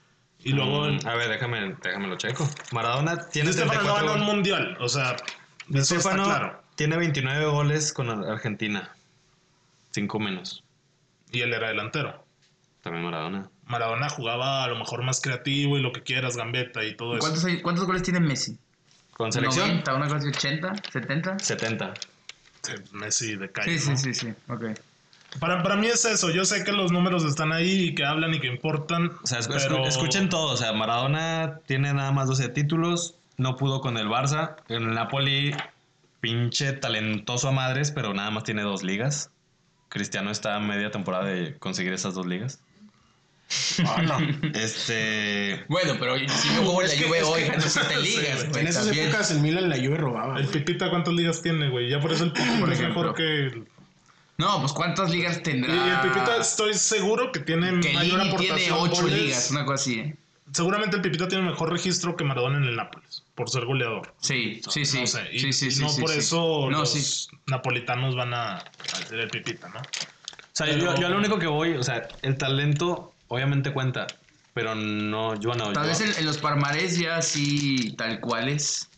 Y luego. Mm, a ver, déjame, déjame lo checo. Maradona tiene Di Stefano no 34 ganó un goles. mundial. O sea, Di eso está Stefano claro. tiene 29 goles con Argentina. Cinco menos. Y él era delantero. También Maradona. Maradona jugaba a lo mejor más creativo y lo que quieras, gambeta y todo eso. ¿Cuántos, hay- ¿Cuántos goles tiene Messi? Con selección, 90, una cosa así, 80, 70. 70. Messi de calle. Sí, sí, ¿no? sí, sí. Ok. Para, para mí es eso. Yo sé que los números están ahí y que hablan y que importan. O sea, escu- pero- escu- escuchen todo. O sea, Maradona tiene nada más 12 títulos. No pudo con el Barça. En el Napoli, pinche talentoso a madres, pero nada más tiene dos ligas. Cristiano está a media temporada de conseguir esas dos ligas. Este. Bueno, pero si yo juego en la Es que- Juve es que- hoy, no existe sí, ligas, güey. güey. En esas también. épocas el Milan la Juve robaba. El Ah, güey. Pipita, ¿cuántas ligas tiene, güey? Ya por eso el Pipita Por es ejemplo. mejor que. el- No, pues ¿cuántas ligas tendrá? Y el Pipita, estoy seguro que tiene Que mayor Lini aportación. tiene ocho goles. ligas, una cosa así, ¿eh? Seguramente el Pipita tiene mejor registro que Maradona en el Nápoles, por ser goleador. Sí, sí, sí. No sé, y sí, sí, sí, no sí, por sí. eso No, los sí. napolitanos van a a hacer el Pipita, ¿no? O sea, Pero- yo, yo lo único que voy, o sea, el talento obviamente cuenta, pero no, yo no. Tal yo- vez en, en los parmarés ya sí, tal cual es.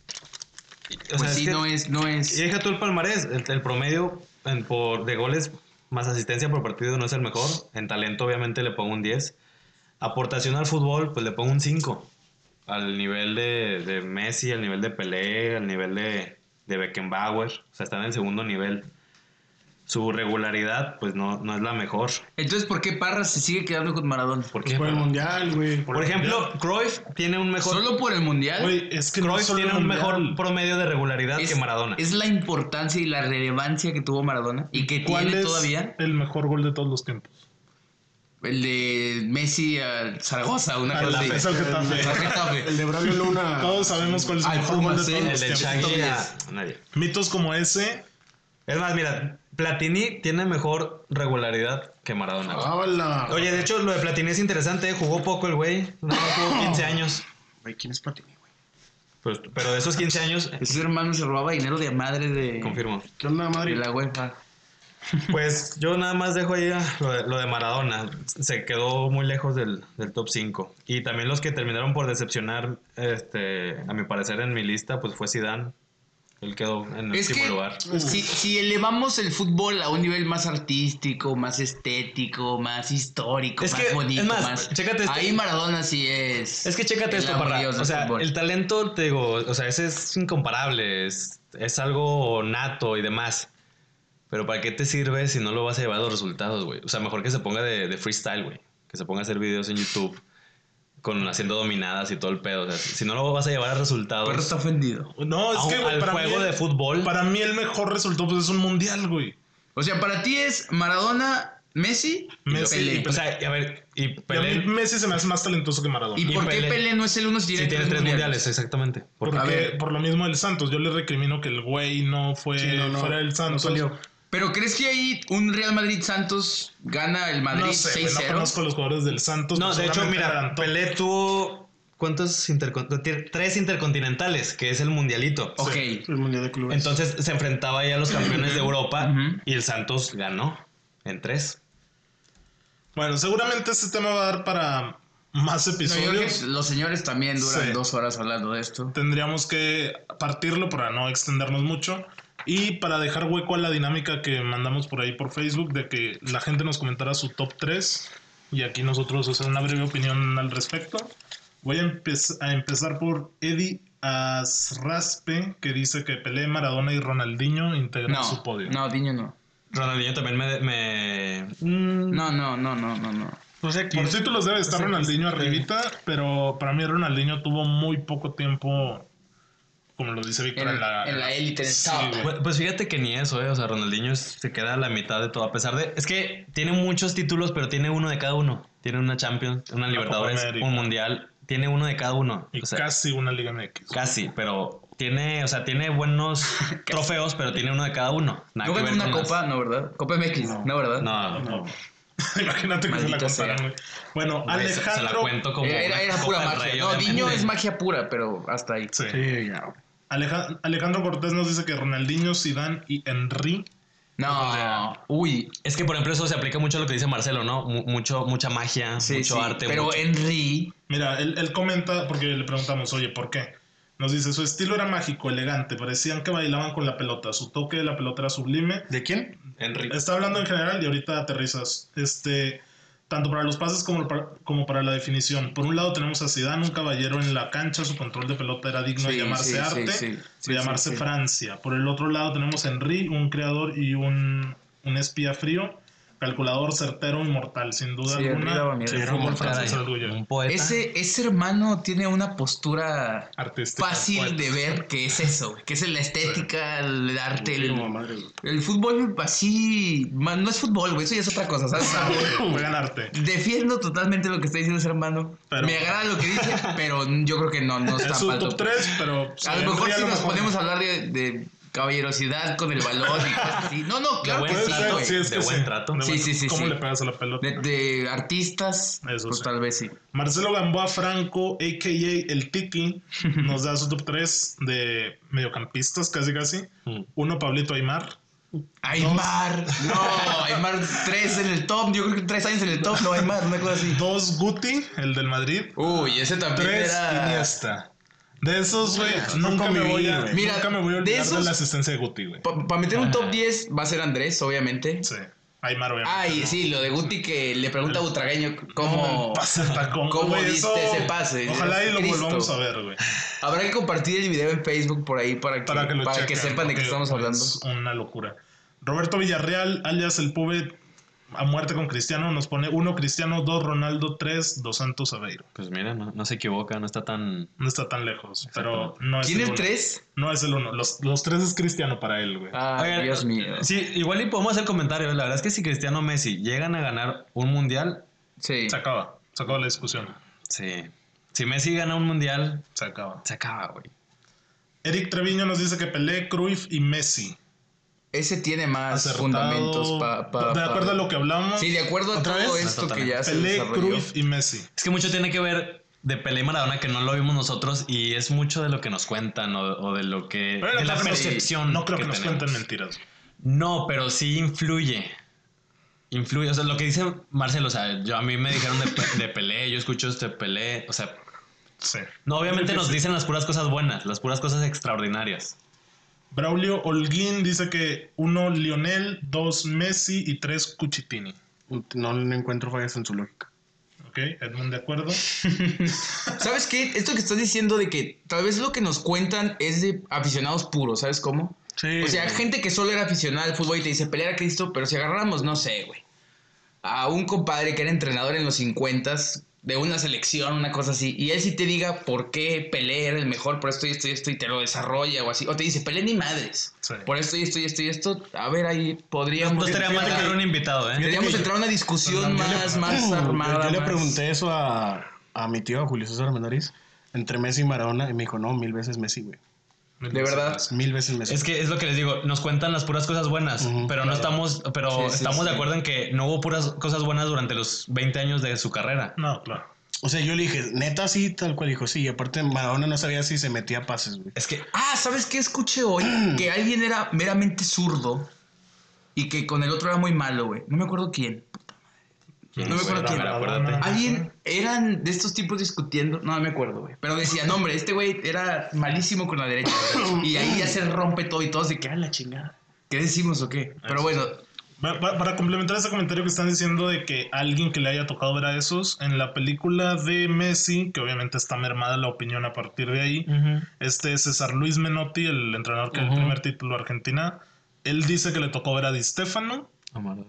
o sea, Pues es sí, que- eh, no es, no es. Y deja tú el palmarés, el, el promedio en- por, de goles más asistencia por partido no es el mejor. En talento obviamente le pongo un 10. Aportación al fútbol, pues le pongo un 5. Al nivel de, de Messi, al nivel de Pelé, al nivel de, de Beckenbauer. O sea, está en el segundo nivel. Su regularidad, pues no, no es la mejor. Entonces, ¿por qué Parra se sigue quedando con Maradona? ¿Por qué? Por el Por, mundial, güey. Por el ejemplo, Cruyff tiene un mejor... ¿Solo por el Mundial? Güey, es que no Cruyff solo tiene el un Mundial. mejor promedio de regularidad que Maradona. Es la importancia y la relevancia que tuvo Maradona y que ¿Cuál tiene es todavía el mejor gol de todos los tiempos? el de Messi a Zaragoza, una Ah, cosa la- así. es el Getafe. Al Getafe. El de Braulio Luna. Todos sabemos cuál es el Al mejor Pumas, gol de sí, todos el los del tiempos. Shaggy a Entonces- a nadie. Mitos como ese, Es más, mira, Platini tiene mejor regularidad que Maradona. Ah. güey. Ábala. Oye, de hecho, lo de Platini es interesante, ¿eh? jugó poco el güey, nada más jugó 15 años. Güey, ¿quién es Platini, güey? Pues, pero de esos 15 años, eh, Ese hermano se robaba dinero de madre de, confirmo. ¿Qué onda, de Madrid? la UEFA. Pues yo nada más dejo ahí ah, lo de, lo de Maradona, se quedó muy lejos del, del top 5. Y también los que terminaron por decepcionar, este, a mi parecer en mi lista, pues fue Zidane. Él quedó en Es último que lugar. si, si elevamos el fútbol a un nivel más artístico, más estético, más histórico, Es más que, bonito, es más, más... chécate este- Ahí Maradona sí es... Es que chécate el esto, amor de Parra. Dios O del sea, fútbol. el talento, te digo, o sea, ese es incomparable. Es, es algo nato y demás. Pero ¿para qué te sirve si no lo vas a llevar a los resultados, güey? O sea, mejor que se ponga de, de freestyle, güey. Que se ponga a hacer videos en YouTube con haciendo dominadas y todo el pedo. O sea, si no lo vas a llevar a resultados. Pero está ofendido. No, es a un- que güey, al para juego mí, de fútbol. Para mí el mejor resultado pues, es un mundial, güey. O sea, para ti es Maradona, Messi, Messi y Pelé. y O sea, a ver, y Y a mí Pelé Messi se me hace más talentoso que Maradona. ¿Y, y por qué Pelé. Pelé no es el uno si sí tiene, tiene tres mundiales, exactamente. Porque- Porque A ver. por lo mismo del Santos, yo le recrimino que el güey no fue Sí, no, no, fuera del no Santos. salió. Pero ¿crees que ahí un Real Madrid-Santos gana el Madrid no sé, güey, no 6-0? conozco a los jugadores del Santos. No, pero de hecho, seguramente mira, eran top. Pelé tuvo ¿cuántos intercontinentales? Tres intercontinentales, que es el mundialito. ok. El mundial de clubes. Entonces se enfrentaba ya a los campeones de Europa Ujú. y el Santos ganó en tres. Bueno, seguramente este tema va a dar para más No, yo episodios. creo que los señores también duran Sí. dos horas hablando de esto. Tendríamos que partirlo para no extendernos mucho. Y para dejar hueco a la dinámica que mandamos por ahí por Facebook de que la gente nos comentara su top 3 y aquí nosotros hacer una breve opinión al respecto. Voy a, empe- a empezar por Eddie Asraspe que dice que Pelé, Maradona y Ronaldinho integran No, su podio. no, Diño no. Ronaldinho también me... me- No, no, no, no, no, no. no sé, Por títulos debe estar Sí, Ronaldinho este, sí. arribita, pero para mí Ronaldinho tuvo muy poco tiempo, como lo dice Víctor, En- en la... en la élite, en el top. güey. Pues, pues fíjate que ni eso, ¿eh? O sea, Ronaldinho es- se queda a la mitad de todo. A pesar de. Es que tiene muchos títulos, pero tiene uno de cada uno. Tiene una Champions, una Libertadores, América. un Mundial. Tiene uno de cada uno. Y O sea, casi una Liga MX. Casi, pero tiene, o sea, tiene buenos trofeos, pero tiene uno de cada uno. Nada No que ganó ver una con las- copa, no, ¿verdad? Copa MX, no, ¿verdad? No, No. Imagínate que Maldita se la sea. contaron, güey. Bueno, güey, se- se la Alejandro, cuento como Era, una era copa pura del magia. Rey, No, Diño obviamente. es magia pura, pero hasta ahí. sí. Sí, ya, güey. Aleja- Alejandro Cortés nos dice que Ronaldinho, Zidane y Henry. No, uy. Es que, por ejemplo, eso se aplica mucho a lo que dice Marcelo, ¿no? Mu- mucho, mucha magia, Sí, mucho sí, arte. Pero eh, mucho- Henry. Mira, él, él comenta, porque le preguntamos, oye, ¿por qué? Nos dice, su estilo era mágico, elegante, parecían que bailaban con la pelota, su toque de la pelota era sublime, ¿De quién? Enrique. Está hablando en general y ahorita aterrizas. Este, tanto para los pases como para, como para la definición. Por un lado tenemos a Zidane, un caballero en la cancha, su control de pelota era digno Sí, de llamarse sí, sí, arte, sí, sí, de llamarse sí, sí. Francia. Por el otro lado tenemos a Henry, un creador y un, un espía frío. Calculador certero, inmortal, sin duda Sí, arriba, alguna. mira, Sí, sí, era un buen francés, Caray, algo yo. un poeta. Ese, ese hermano tiene una postura Este Artístico. fácil poeta. de ver que es eso, güey, que es la estética, el arte, Sí, como el, madre, güey. el fútbol así, man, no es fútbol, güey, eso ya es otra cosa, ¿sabes? Juegan arte. Defiendo totalmente lo que está diciendo ese hermano. Pero- Me agrada lo que dice, pero yo creo que no, no está Es su pa'l top tope. 3, pero. A sí, lo mejor ya si lo nos mejor. ponemos a hablar de, de caballerosidad con el balón y cosas así. No, no, De claro buen que sí, trato, güey. sí, es que de buen sí. trato. De Sí, buen- sí, sí, ¿Cómo sí. le pegas a la pelota? De, de artistas, Eso pues sí. tal vez sí. Marcelo Gamboa Franco, a.k.a. El Tiki, nos da su top 3 de mediocampistas, casi casi. Mm. Uno, Pablito Aymar. Aymar, no, Aymar tres en el top, yo creo que tres años en el top, no, Aymar, una cosa así. Dos, Guti, el del Madrid. Uy, ese también Tres, era... Iniesta. De esos, güey, nunca, conviví, me voy a- güey. Mira, nunca me voy a de olvidar de, esos- Pues, la asistencia de Guti, güey. Para meter un top 10 va a ser Andrés, obviamente. Sí. Aymar, obviamente. Ay, ¿no? sí, lo de Guti que le pregunta a Butragueño ¿Cómo cómo... pasa el tacón? ¿Cómo güey? diste Eso- ese pase? Ojalá y lo Cristo. volvamos a ver, güey. Habrá que compartir el video en Facebook por ahí para que, Para que lo chequen, sepan de porque qué pues, estamos hablando. Es una locura. Roberto Villarreal, alias el Pube, a muerte con Cristiano, nos pone uno Cristiano, dos Ronaldo, tres dos Santos Aveiro. Pues mira, no, no se equivoca, no está tan. No está tan lejos, pero no es ¿Tiene el el uno. 3? No es el uno. Los, los tres es Cristiano para él, güey. Ah, Oigan, eh, Dios mío. Sí, igual y podemos hacer comentarios. La verdad es que si Cristiano o Messi llegan a ganar un mundial, Sí. Se acaba. Se acaba la discusión. sí. Si Messi gana un mundial, Se acaba. se acaba, güey. Eric Treviño nos dice que Pelé, Cruyff y Messi. Ese tiene más Acertado. fundamentos para... de acuerdo a lo que hablamos. Sí, de acuerdo a ¿Otra todo vez? esto No, que ya se Pelé, desarrolló. Cruyff y Messi. Es que mucho tiene que ver de Pelé y Maradona que no lo vimos nosotros y es mucho de lo que nos cuentan o, o de lo que. Pero de no la creo que nos- percepción. No creo que, nos tenemos. cuenten mentiras. güey. No, pero sí influye. Influye. O sea, lo que dice Marcelo, o sea, yo, a mí me dijeron de, Pe- de Pelé, yo escucho este Pelé. O sea, Sí. no, obviamente nos Difícil. dicen las puras cosas buenas, las puras cosas extraordinarias. Braulio Holguín dice que uno Lionel, dos Messi y tres Cuchitini. No le encuentro fallas en su lógica. ¿Ok? Edmund, ¿de acuerdo? ¿Sabes qué? Esto que estás diciendo de que tal vez lo que nos cuentan es de aficionados puros, ¿sabes cómo? Sí. O sea, gente que solo era aficionada al fútbol y te dice pelear a Cristo, pero si agarramos, no sé, güey, a un compadre que era entrenador en los 50 de una selección, una cosa así, y él sí te diga por qué Pelé era el mejor por esto y esto y esto y te lo desarrolla o así, o te dice Pelé ni madres, Sí. por esto y esto y esto y esto, a ver ahí podríamos... No estaría mal entrar- tener un invitado, ¿eh? Deberíamos yo- entrar a una discusión Yo le- más, más Yo- armada. Yo le más- pregunté eso a, a mi tío, a Julio César Menariz, entre Messi y Maradona, y me dijo, no, mil veces Messi, güey. De verdad. Mil veces Messi. Es que es lo que les digo, nos cuentan las puras cosas buenas, Ujú, pero no estamos, pero Sí, sí, estamos de sí. acuerdo en que no hubo puras cosas buenas durante los 20 años de su carrera. No, claro. O sea, yo le dije, neta, sí, tal cual dijo, sí. Y aparte, Maradona no sabía si se metía pases, güey. Es que Ah, ¿sabes qué escuché hoy? que alguien era meramente zurdo y que con el otro era muy malo, güey. No me acuerdo quién. No me acuerdo Era quién. Maradona. Alguien eran de estos tipos discutiendo, no me acuerdo, güey. Pero decían, no, hombre, este güey era malísimo con la derecha. güey". Y ahí ya se rompe todo y todos de que, ah, la chingada. ¿Qué decimos o qué? Pero bueno, Pa- pa- Para complementar ese comentario que están diciendo de que alguien que le haya tocado ver a esos, en la película de Messi, que obviamente está mermada la opinión a partir de ahí, Mm. este César Luis Menotti, el entrenador que dio el primer título a Argentina, él dice que le tocó ver a Di Stefano,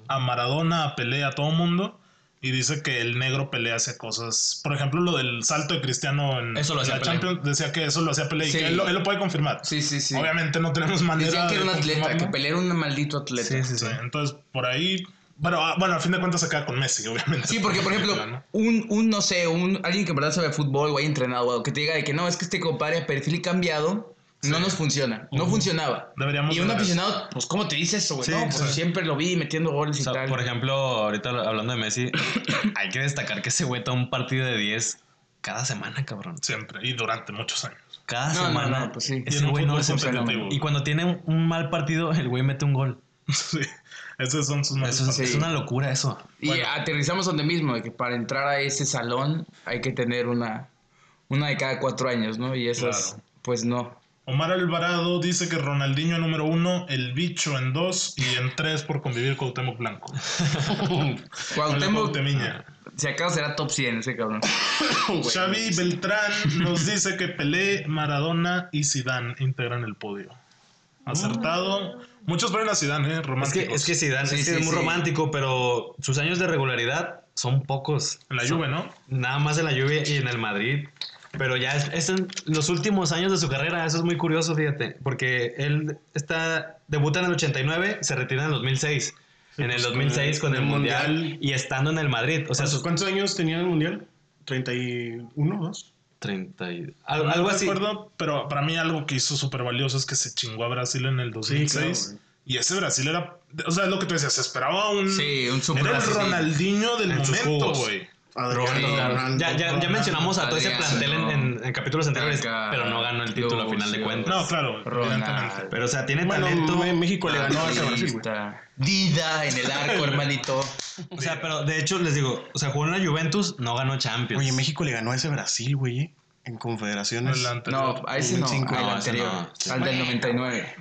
a Maradona, a Pelé, a todo mundo, y dice que el negro Pelé hace cosas, por ejemplo, lo del salto de Cristiano en Eso lo en hacía la Pelé. Champions, decía que eso lo hacía Pelé, Sí. y que él lo, él lo puede confirmar. sí, sí, sí. Obviamente no tenemos manera Decían que era de un atleta, que confirmarlo. Pelé era un maldito atleta. Sí, sí, Sí, sí. entonces por ahí. Bueno, ah, bueno, a fin de cuentas se queda con Messi, obviamente. Sí, porque por ejemplo, Claro, ¿no? un, un, no sé, un, alguien que en verdad sabe de fútbol o haya entrenado o que te diga de que no, es que este compadre a perfil cambiado no nos funciona, no funcionaba. Deberíamos y un ver eso. aficionado, pues, ¿cómo te dice eso, güey? Sí, no, pues sí. siempre lo vi metiendo goles O y sea, tal. por ejemplo, ahorita hablando de Messi, hay que destacar que ese güey toma un partido de 10 cada semana, cabrón. Siempre y durante muchos años. Cada No, no, semana. no, pues sí. Y Ese en un güey no fútbol es competitivo. Y cuando tiene un- un mal partido, el güey mete un gol. Sí, esos son sus males Eso es, pasos. es una locura eso. y aterrizamos donde mismo, de que para entrar a ese salón hay que tener una, una de cada cuatro años, ¿no? Y esas, Claro. pues no. Omar Alvarado dice que Ronaldinho en número uno, el bicho en dos y en tres por convivir con Cuauhtémoc Blanco. Con la Cuauhtémoc, Ah, Cuauhtemiña. si acaso será top 100 ese cabrón. Xavi Beltrán nos dice que Pelé, Maradona y Zidane integran el podio. Acertado. Ah. Muchos ponen a Zidane, ¿eh? Es que, Románticos. es que Zidane Sí, es, que sí, es muy sí. romántico, pero sus años de regularidad son pocos. En la Son- Juve, ¿no? Nada más en la Juve y en el Madrid. Pero ya es, es en los últimos años de su carrera, eso es muy curioso, fíjate, porque él está debuta en el 89, se retira en el 2006. Sí, en el pues, 2006 con, el mundial, Mundial. y estando en el Madrid, o sea, Pues, sus ¿Cuántos años tenía el mundial? ¿31, 2? 30 y- al- algo así. No recuerdo, pero para mí algo que hizo súper valioso es que se chingó a Brasil en el 2006. Sí, claro, y ese Brasil era. O sea, es lo que tú decías, se esperaba un. Sí, un super Era el Brasil. Ronaldinho del En sus momento, jugos. güey. Roberto Sí, Carlos. Ya, ya, ya mencionamos a todo ese Adriano. plantel en, en- en capítulos anteriores, Kaká, pero no ganó el título a final de Lucio. cuentas. No, claro, Pues, Ronald. evidentemente. Pero o sea, tiene Bueno, talento. en México Ah, le ganó a ese Brasil, güey. Futbolista. Dida en el arco, hermanito. O sea, pero de hecho les digo, o sea, jugó en la Juventus, no ganó Champions. Oye, México le ganó a ese Brasil, güey, ¿eh? en confederaciones. Adelante. No, a ese no, 2005, al no, ese anterior. no, sí. Al del 99.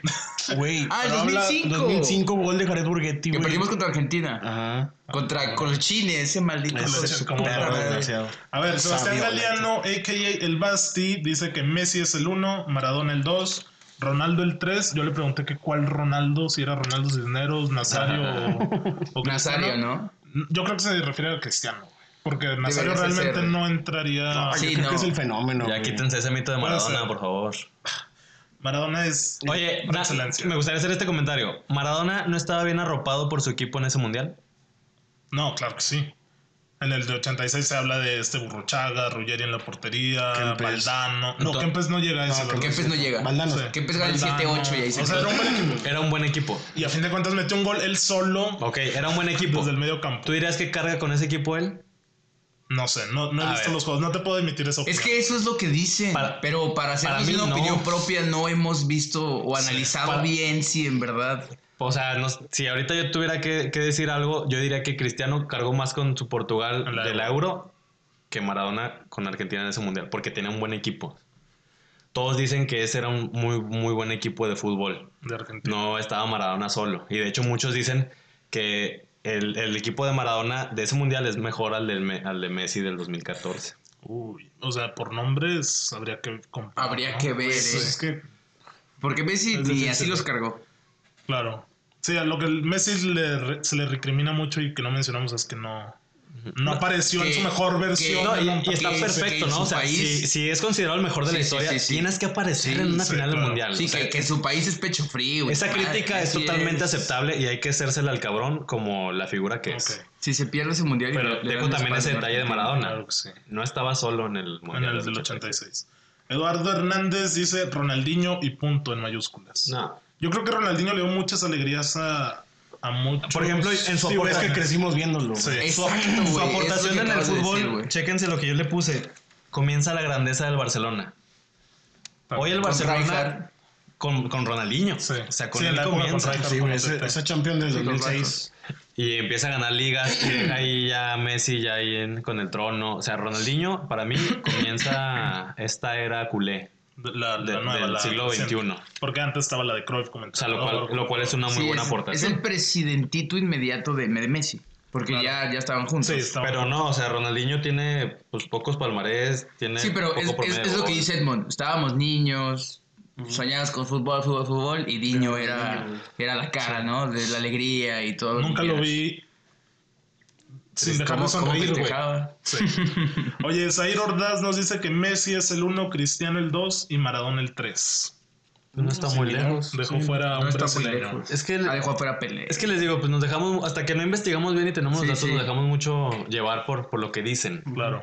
Güey, Ah, el pero habla- 2005. 2005 gol de Jared Burgetti, Que güey. perdimos contra Argentina. Ajá. Contra Colchini, ese maldito. Ese hijo de es su como perra la madre. desgraciado. A ver, Sebastián Sabio, Galeano, a.k.a. El Basti, dice que Messi es el 1, Maradona el 2, Ronaldo el 3. Yo le pregunté que cuál Ronaldo, si era Ronaldo Cisneros, Nazario o, o Cristiano. Nazario, ¿no? Yo creo que se refiere a Cristiano, güey, porque Nazario de realmente ser. no entraría. Ah, Sí, yo creo no. que es el fenómeno. Ya güey. quítense ese mito de Puede Maradona, ser. por favor. Maradona es Oye, por na- excelencia. me gustaría hacer este comentario. ¿Maradona no estaba bien arropado por su equipo en ese mundial? No, claro que sí. En el de 86 se habla de este Burruchaga, Ruggeri en la portería, Kempes. Valdano. No, Entonces- Kempes no llega a ese, ¿verdad? Kempes no llega. Valdano. Sí. Kempes gana el Valdano. 7-8 y ahí se O sea, era un buen equipo. Era un buen equipo. Y a fin de cuentas metió un gol él solo Ok, era un buen equipo. desde el medio campo. ¿Tú dirías que carga con ese equipo él? No sé, no, no he A visto ver. los juegos, no te puedo emitir esa opinión. Es que eso es lo que dicen, Para- pero para hacernos mí una no. opinión propia no hemos visto o analizado para- bien si en verdad. O sea, no- si ahorita yo tuviera que, que decir algo, yo diría que Cristiano cargó más con su Portugal La del Euro. Euro que Maradona con Argentina en ese mundial, porque tenía un buen equipo. Todos dicen que ese era un muy, muy buen equipo de fútbol. De Argentina. no estaba Maradona solo. Y de hecho muchos dicen que el, el equipo de Maradona de ese mundial es mejor al, del Me- al de Messi del 2014. Uy, o sea, por nombres habría que comparar, Habría ¿no? Pues, que ver, Sí, ¿eh? Es que Porque Messi Es ni defensa, así los ¿no? cargó. Claro. Sí, a lo que el Messi le re- se le recrimina mucho y que no mencionamos es que no, no apareció en que- su mejor que- versión. No, en y, un y está que- perfecto, que ¿no? su O sea, país- si, si es considerado el mejor de la Sí, sí, historia, sí, sí. tienes que aparecer Sí, en una sí, final del claro. mundial. Sí, O sea, que, que su país es pecho frío. güey. Esa Madre, crítica es así totalmente es. aceptable y hay que hacérsela al cabrón como la figura que partido. es. Ok, Si se pierde ese mundial. y le- Pero le dejo dan la también ese espalda, detalle ¿no? de Maradona. claro que sí. No estaba solo en el En mundial. el del del 86. Eduardo Hernández dice Ronaldinho y punto en mayúsculas. No. Yo creo que Ronaldinho le dio muchas alegrías a, a muchos. Por ejemplo, en su Sí, güey, aportación- es que crecí- crecimos viéndolo. Sí. güey. Su- Exacto, su, güey, es lo aportación que en el acabas de fútbol, decir, güey. chéquense lo que yo le puse. Comienza la grandeza del Barcelona. Hoy el Con Barcelona Rijkaard. con, con Ronaldinho. Sí. O sea, con Sí, en él la época con comienza. Rijkaard. Sí, güey, Sí, ese- sí. esa Champions del Sí, con 2006. Y empieza a ganar ligas. y ahí ya Messi, ya ahí en- con el trono. O sea, Ronaldinho, para mí, comienza esta era culé La, la de- nueva, del la siglo reciente. XXI. Porque antes estaba la de Cruyff O sea, lo comentada. cual, lo cual es una muy Sí, buena es- Es aportación. el presidentito inmediato de de Messi. Porque Claro. ya, ya estaban juntos. Sí, Sí, está- pues, Pero no, o sea, Ronaldinho tiene pues, pocos palmarés. Tiene pero poco es, es- promedio de es lo gol. que dice Edmond. Estábamos niños, soñabas con fútbol, fútbol, fútbol. Y Diño Pero era, Diño, güey. era la cara, ¿no? De la alegría y todo. que Nunca lo quieras. vi sin dejar Entonces, de ¿cómo- cómo sonreír, güey. festejaba? Sí. Oye, Zair Ordaz nos dice que Messi es el 1, Cristiano el 2 y Maradona el 3. No está muy lejos. Dejó fuera a un No está muy brasileño. lejos. Es que el- Ah, dejó afuera Pelé. Es que les digo, pues nos dejamos, hasta que no investigamos bien y tenemos Sí, los datos, sí. nos dejamos mucho llevar por, por lo que dicen. Claro.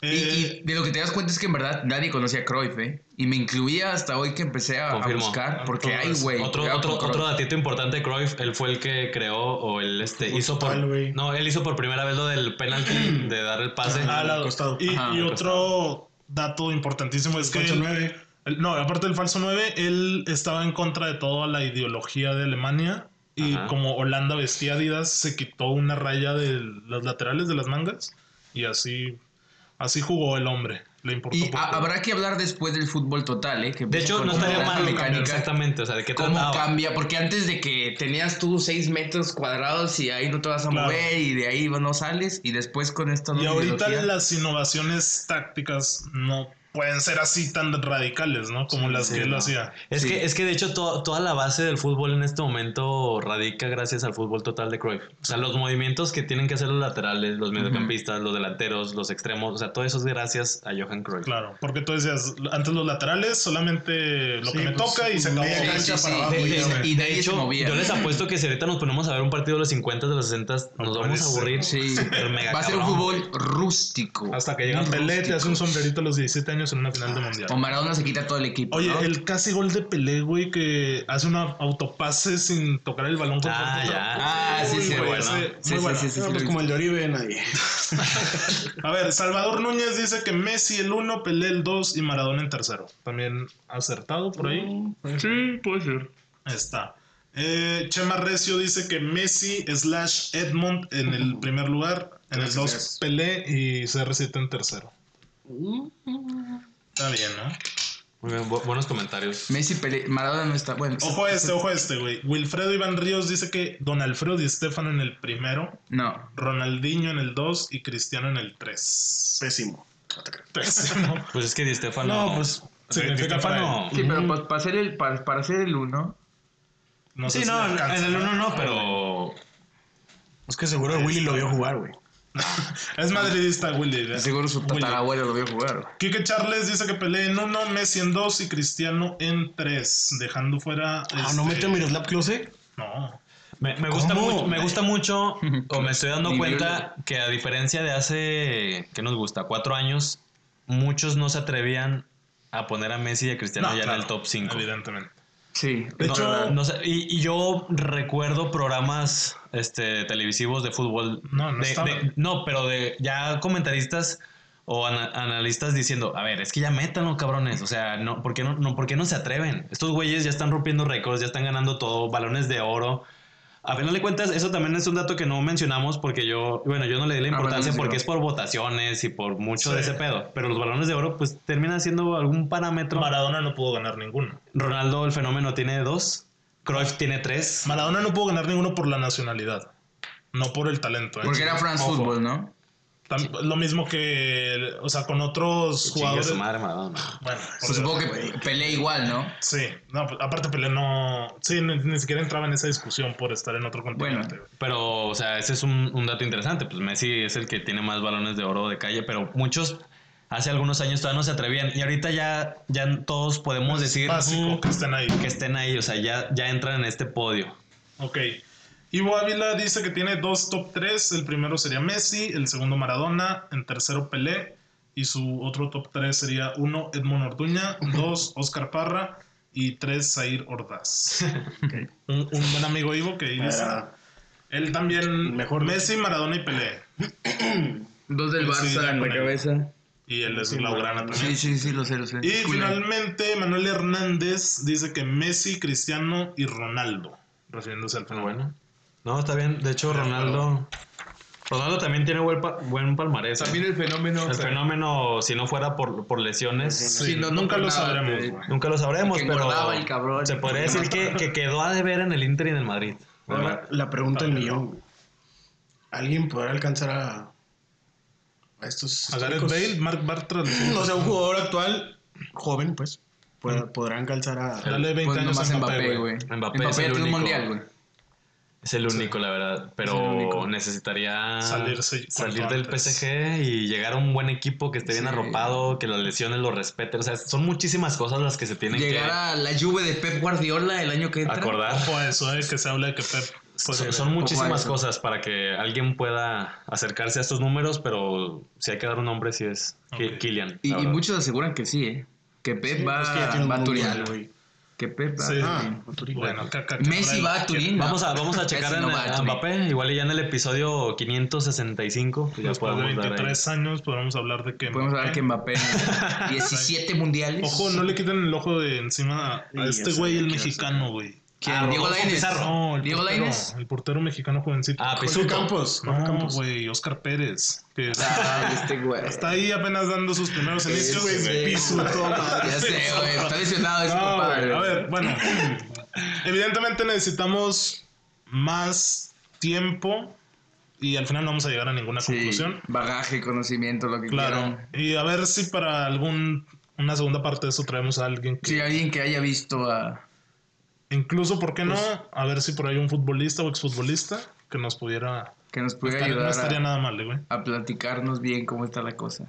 Y, Eh, y de lo que te das cuenta es que en verdad nadie conocía a Cruyff, ¿eh? Y me incluía hasta hoy que empecé a, a Confirmo. buscar, porque Ah, Todo hay, eso. güey. otro, cuidado otro, con otro Cruyff. datito importante de Cruyff, él fue el que creó o él este, Eh, hizo por... total, güey. no, él hizo por primera vez lo del penalti de dar el pase. ah, la- al costado. y, Ajá, y al otro dato importantísimo es que... Falso él- nueve. él- no, aparte del falso 9, él estaba en contra de toda la ideología de Alemania. Y Ajá. como Holanda vestía Adidas, se quitó una raya de las laterales de las mangas. Y así, así jugó el hombre. Le importó Y poco. a- habrá que hablar después del fútbol total, ¿eh? Que De hecho, con no cómo estaría la mal mecánica, exactamente, o sea, de qué ¿Cómo trataba. cambia? Porque antes de que tenías tú 6 metros cuadrados y ahí no te vas a Claro. mover y de ahí no sales y después con esto no Y ahorita las innovaciones tácticas no pueden ser así tan radicales, ¿no? Como las sí, que él no. hacía. Es, Sí. que, es que de hecho to- toda la base del fútbol en este momento radica gracias al fútbol total de Cruyff. O sea, los movimientos que tienen que hacer los laterales, los mediocampistas, los delanteros, los extremos, o sea, todo eso es gracias a Johan Cruyff. Claro, porque tú decías, antes los laterales, solamente lo que Sí, me pues, toca y se acabó. media Sí, sí, cancha sí. para abajo, Y- ya, güey. Y de ahí se hecho, movía. yo les apuesto que si ahorita nos ponemos a ver un partido de los 50, de los 60, No nos puede vamos a ser. aburrir. Sí. Súper mega Va a ser un cabrón. fútbol rústico. Hasta que llega Muy Pelé, te hace un rústico. sombrerito a los 17 años en una final de mundial. O Maradona se quita todo el equipo. Oye, ¿no? el casi gol de Pelé, güey, que hace un autopase sin tocar el balón. con Ah, tanto- ya. Ah, sí, Uy, sí, güey, bueno. ese- Sí, muy sí, bueno. sí, sí, sí, Ah, lo pues he como visto. el de Oribe, nadie. A ver, Salvador Núñez dice que Messi el 1, Pelé el 2 y Maradona en tercero. También acertado por ahí. Sí, puede ser. Ahí Está. Eh, Chema Recio dice que Messi slash Edmond en el primer lugar, en el 2 Gracias. Pelé y CR7 en tercero. Está bien, ¿no? Muy bien, bu- buenos comentarios. Messi Pelé. Maradona no está. Bueno, Ojo a este, ojo a este, güey. Wilfredo Iván Ríos dice que Don Alfredo Di Stefano en el primero, No. Ronaldinho en el 2 y Cristiano en el 3. Pésimo. No te creo. Pésimo. Pues es que Di Stefano. No, pues significa para Stefano. él. Sí, pero pues, para ser el, para, para ser el uno. No sé Sí, si no, le alcanza, en el 1 no, pero. Es que seguro Willy lo vio jugar, güey. Es madridista, Willy. ¿verdad? Seguro su Willy. tatarabuelo lo vio jugar. Quique Charles dice que Pelé en uno, Messi en dos y Cristiano en tres, dejando fuera. Ah, ¿no este, mete a Miroslav Klose? No. Me, me gusta ¿Cómo? mucho, me gusta mucho, o me estoy dando Ni cuenta que a diferencia de hace, ¿qué nos gusta? Cuatro años, muchos no se atrevían a poner a Messi y a Cristiano No, ya en claro, el top 5. Evidentemente. Sí. De No, hecho- no sé, y, y yo recuerdo programas este, televisivos de fútbol. No, no de- estaba. de- no, pero de ya comentaristas o ana- analistas diciendo, a ver, es que ya métanlo, cabrones. O sea, no, ¿por, qué no, no, ¿por qué no se atreven? Estos güeyes ya están rompiendo récords, ya están ganando todo, balones de oro. A final de cuentas, eso también es un dato que no mencionamos porque yo, bueno, yo no le di la Ah, importancia balones de porque oro. es por votaciones y por mucho de Sí. ese pedo. Pero los balones de oro, pues terminan siendo algún parámetro. Maradona no pudo ganar ninguno. Ronaldo, el fenómeno, tiene dos. Cruyff tiene tres. Maradona no pudo ganar ninguno por la nacionalidad. No por el talento. ¿eh? Porque era France Ojo. Football, ¿no? Tam- Lo mismo que, o sea, con otros Chingue jugadores. su madre, Maradona. Bueno, por- Pues supongo que Pelé igual, ¿no? sí. No, pues, aparte Pelé no, sí, ni, ni siquiera entraba en esa discusión por estar en otro continente. güey. Pero, o sea, ese es un, un dato interesante. Pues Messi es el que tiene más balones de oro de calle, pero muchos hace algunos años todavía no se atrevían. Y ahorita ya, ya todos podemos decir Básico "Mm", que estén ahí. que estén ahí. O sea, ya, ya entran en este podio. Ok. Ivo Ávila dice que tiene dos top 3. El primero sería Messi, el segundo Maradona, en tercero Pelé. Y su otro top 3 sería uno Edmond Orduña, dos Oscar Parra y tres Zair Ordaz. Un, un buen amigo Ivo que ahí dice. Era- Él también. Mejor. Messi, Maradona y Pelé. Dos del Sí, Barça ya en con la él. cabeza. Y él es Sí, Blaugrana Maradona. también. Sí, sí, sí, lo sé, lo sé. Y Culé. finalmente Manuel Hernández dice que Messi, Cristiano y Ronaldo. Refiriéndose al Pero fenómeno. bueno. No, está bien. De hecho, Ronaldo. Ronaldo también tiene buen, pa- buen palmarés. ¿eh? También el fenómeno. el fenómeno, si no fuera por, por lesiones, Sí, no, nunca no, lo nada, eh, pues, sabremos, güey. güey. Nunca lo sabremos, Que pero engordaba el cabrón. se podría decir que, que quedó a deber en el Inter y en el Madrid. Ahora, la pregunta del millón. güey. ¿Alguien podrá alcanzar a, a estos... A Gareth históricos? Bale, Mark Bartra. No sé, un jugador actual, joven, pues, pueda- podrán alcanzar a... Dale 20 Pues años nomás a Mbappé, güey. Mbappé Mbappé, es el tiene un único. mundial, güey. Es el único, la verdad, Es el pero único. necesitaría Salirse salir cuanto del antes. PSG y llegar a un buen equipo que esté bien Sí. arropado, que las lesiones lo respeten. O sea, son muchísimas cosas las que se tienen Llegar a la Juve de Pep Guardiola el año que que entra. acordar. Ojo a eso, eh, que se habla de que Pep. pues, Son, eh, son muchísimas eso. cosas para que alguien pueda acercarse a estos números, pero si hay que dar un nombre, si es Ki- Ok. Kylian. Y, la y verdad. muchos aseguran que sí, ¿eh? Que Pep Sí, va, es que ya tiene un va a mundial, Turín. güey. güey. Que Pep va Sí. a Ah, Turín. Turín. Bueno, caca, que Messi por ahí va a Turín. ¿no? Vamos a, vamos a checar Messi en, no va a a Turín. Mbappé, igual y ya en el episodio 565 ya Después de podemos dar ahí. 23 años podemos hablar de que. Podemos hablar que Mbappé. 17 mundiales. Ojo, no le quiten el ojo de encima a- a Sí, este ya güey, el sabía que iba a mexicano, güey. ¿Quién? Ah, Diego Rodolfo Lainez. Pizarro. No, el Diego portero, Lainez. el portero mexicano jovencito. Ah, Jorge Pisuto. Campos. Jorge no, Campos. güey, Oscar Pérez. Que Ah, este güey. está ahí apenas dando sus primeros inicios. Ese güey. Pisuto, madre. Ya sé, güey. Está lesionado ese No, compadre. güey, a ver, bueno. evidentemente necesitamos más tiempo y al final no vamos a llegar a ninguna Sí, conclusión. bagaje, conocimiento, lo que Claro. quieran. Y a ver si para algún una segunda parte de eso traemos a alguien que... Sí, alguien que haya visto a. Incluso, ¿por qué Pues no? A ver si por ahí un futbolista o exfutbolista que nos pudiera... que nos No pudiera estaría, ayudar no a- estaría nada mal, eh, güey. a, platicarnos bien cómo está la cosa.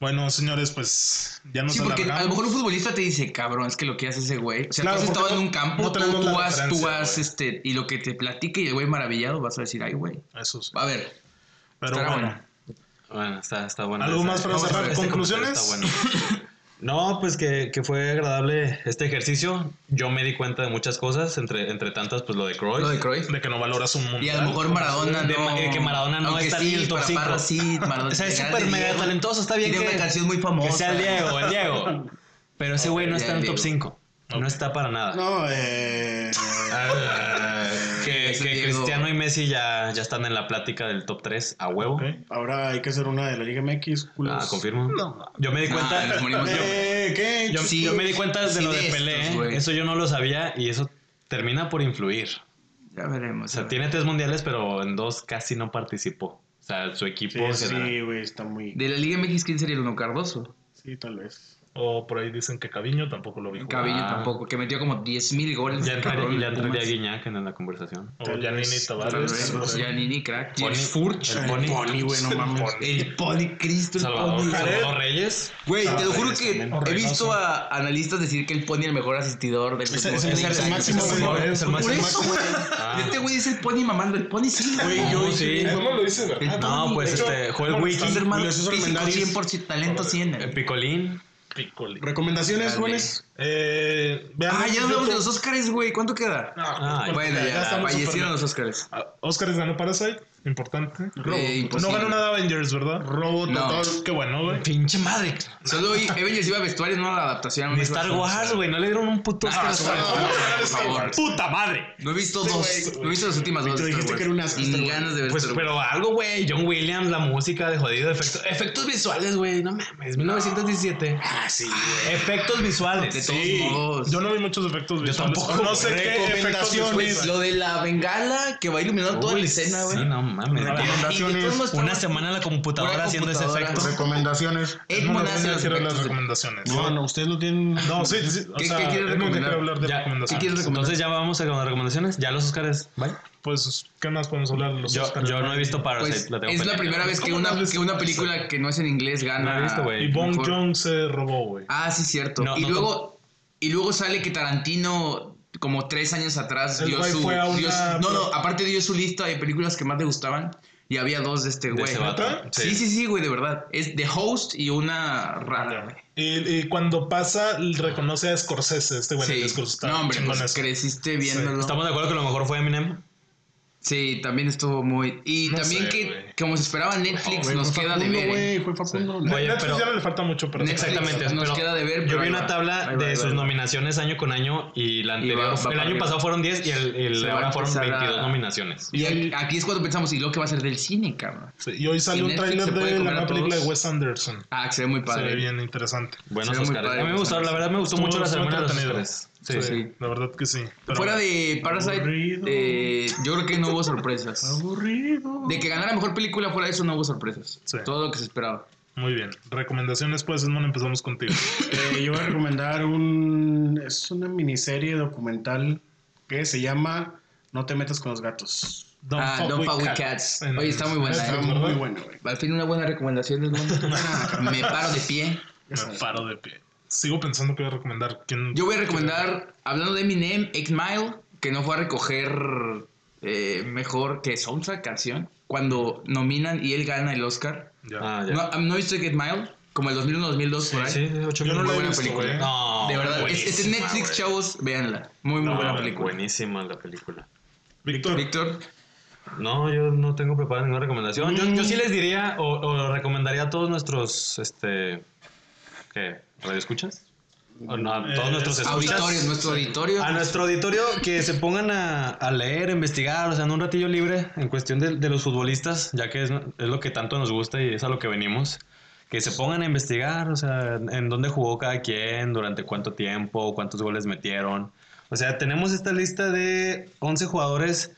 Bueno, señores, pues ya nos sí, porque a lo alargamos. mejor un futbolista te dice, cabrón, es que lo que hace ese güey. O sea, Claro, tú has porque estado en no- un campo, no tú, tenemos tú la has, tú referencia, has, güey. este, y lo que te platique y el güey maravillado vas a decir, ay, güey. Eso sí. A ver, Pero estará bueno, buena. Bueno, está, está bueno. ¿Algo Esa- más para vamos a cerrar? ver, ese este ¿Conclusiones? comentario está bueno. No, pues que, que fue agradable este ejercicio. Yo me di cuenta de muchas cosas, entre, entre tantas, pues lo de Croix. Lo de Cruyff. de que no valoras un mundo. Y a lo mejor Maradona De no. ma- eh, que Maradona no Aunque está sí, ni el top para cinco. Parra sí, Maradona. O sea, es Era súper de mega Diego. talentoso, está bien Tiene que- una canción muy famosa. Que sea el Diego, el Diego. Pero ese güey no Ok, ya está en el el top Diego. 5. Ok. No está para nada. No, eh. Ah, que Ese que Diego. Cristiano y Messi ya, ya están en la plática del top 3 a huevo. Ok. Ahora hay que hacer una de la Liga MX, culos. Ah, confirmo. No. Yo me di No, cuenta. Ah, nos morimos. Eh, ¿qué? Yo, Sí, yo me di cuenta de sí, lo de, de Pelé. estos, ¿eh? güey. eso yo no lo sabía y eso termina por influir. Ya veremos. O sea, tiene tres mundiales, pero en dos casi no participó. O sea, su equipo. Pues Sí, se la- sí, güey, está muy. De la Liga MX, ¿quién sería el uno? Cardoso. Sí, tal vez. O por ahí dicen que Caviño tampoco lo vi. jugar. Cabello Ah. tampoco, que metió como 10.000 goles. Ya cabrón, entraría, ya en entraría Pumas. Pues, Guiñac en la conversación. O Tal Yanini vez, Tal Tavares. vez, por ahí. Giannini, crack. Pony- James el Furch. Pony. Pony, güey, no mames. El Pony Cristo. el Salvador, Pony. Salvador Reyes. Güey, te lo juro Reyes que también. O he Reynoso. visto a analistas decir que el Pony es el mejor asistidor del Ese- fútbol. ese- ese- mexicano. ese Por máximo, güey. eso, Es el Por máximo. eso, güey. Ah. Este güey es el Pony mamando. El Pony sí, güey. Güey, yo No, sí. Eh, sí. No, no lo hice, ¿verdad? No, pues este, Joel Es Wiki, hermano Julio César físico Hernández. 100%, talento 100. eh, Picolín. Piccoli. ¿Recomendaciones, Dale. goles? Eh, vean Ah, en ya hablamos de YouTube. los Oscars, güey. ¿Cuánto queda? Ah, Ah, pues, Bueno, ya ya estamos fallecieron los super- Oscars. Ah, Oscars ganó Parasite, importante. Eh, no imposible. ganó nada Avengers, ¿verdad? Robo No. total. Qué bueno, güey. Pinche madre. Solo hoy Avengers iba a vestuarios, no a la adaptación. Ni Star Wars, güey. No le dieron un puto Ah, Oscar a sí, Star no, Wars. por favor. ¡Puta madre! No he visto dos. No he visto las últimas Y tú dos. de Star dijiste Wars. que era un asco Y Star ni Wars. ganas de ver Pues, Star Wars. pero algo, güey. John Williams, la música de jodido, efectos, efectos visuales, güey. No mames, 1917. Ah, sí, güey. Efectos visuales. De todos Sí, modos. yo no vi muchos efectos visuales. tampoco, no sé güey. qué efectos Pues visuales. lo de la bengala que va iluminando toda la Uy, escena, güey. Sí, no mames. Una Una, Una semana en la computadora Pura haciendo ese computadora. efecto. Recomendaciones. Edmond hace los quiero las efectos de- recomendaciones. No, no, ustedes no tienen. No, sí, sí. O ¿Qué- sea, qué quieres Edmund, recomendar? quiero hablar de Ya, recomendaciones. ¿qué quieres recomendar? Entonces ya vamos a las recomendaciones. Ya los Oscars. Bye. Pues, ¿qué más podemos hablar? Los Yo, Oscars, yo no he visto Parasite. Pues, la tengo es la pendiente. primera vez que ¿Cómo una, no has que visto una eso? película que no es en inglés gana. No la he visto, güey. Y Bong mejor. Joon se robó, güey. Ah, sí, cierto. No, y no, luego y luego sale que Tarantino como tres años atrás El dio güey su, fue a dio su- una- no no aparte dio su lista de películas que más le gustaban y había dos de este De güey. ese vato. ¿Neta? Sí sí sí güey de verdad es The Host y una rara. güey. Y, y cuando pasa, reconoce a Scorsese, este güey. Sí. el discurso está No hombre chingón pues, ese. creciste viéndolo. Estamos de acuerdo que lo mejor fue Eminem. Sí, también estuvo muy. Y No también sé, que, güey. como se esperaba, Netflix nos fue queda de Facundo, ver. ¿eh? güey, Fue Facundo. Sí. Oye, Netflix pero- ya no le falta mucho, pero... Netflix Exactamente. nos pero queda de ver, Yo pero vi ahí una va. tabla Ahí va, de ahí va, sus ahí va. nominaciones año con año y la va- anterior. va el para año arriba. pasado fueron 10 y el, el Se de va a ahora fueron empezar a- 22 nominaciones. Y a- aquí es cuando pensamos, ¿y lo que va a ser del cine, cabrón? Sí, y hoy sale Y un Netflix tráiler se puede de la comer a nueva película de todos. Wes Anderson. Ah, que se ve muy Se ve padre. bien interesante. Buenos Se ve muy Oscars. padre, A mí me los gustaron, la Oscars. verdad me gustó Estuvo- mucho la estuvo ceremonia de los entretenido. Oscars. Sí, Sí. Sí. la verdad que sí. Pero Fuera de Parasite, Aburrido. eh, yo creo que no hubo sorpresas. Aburrido. De que ganara mejor película fuera de eso, no hubo sorpresas. Sí. Todo lo que se esperaba. Muy bien. Recomendaciones, pues, Edmond, empezamos contigo. Eh, yo voy a recomendar un. Es una miniserie documental que se llama No te metas con los gatos. Don't Ah, Don't Fuck With Cats. Oye, está muy buena, Está Netflix, muy ¿verdad? buena, güey. Al fin, una buena recomendación del mundo. Me paro de pie. Ya Me sabes. paro de pie. Sigo pensando que voy a recomendar. ¿Quién? Yo voy a recomendar, hablando de Eminem, X Mile, que no fue a recoger eh, mejor que soundtrack, canción, cuando nominan y él gana el Oscar. Ya. Ah, ya. No, no he visto Get Mile, como el 2001-2002 por ahí. Sí, sí, ocho Yo no mil. la Muy he buena visto, ¿eh? película. güey. No, de verdad, es, es en Ah, buenísima, Netflix, güey. chavos, véanla. Muy, muy No, buena película. Buenísima la película. Víctor. Víctor, No, yo no tengo preparada ninguna recomendación. Yo, yo sí les diría o, o recomendaría a todos nuestros, este, ¿qué? ¿Radio escuchas? O no, a todos Eh, nuestros escuchas. Ah, auditorio, nuestro auditorio. A nuestro auditorio que se pongan a, a leer, a investigar, o sea, en un ratillo libre, en cuestión de, de los futbolistas, ya que es, es lo que tanto nos gusta y es a lo que venimos. Que se pongan a investigar, o sea, en dónde jugó cada quien, durante cuánto tiempo, cuántos goles metieron. O sea, tenemos esta lista de 11 jugadores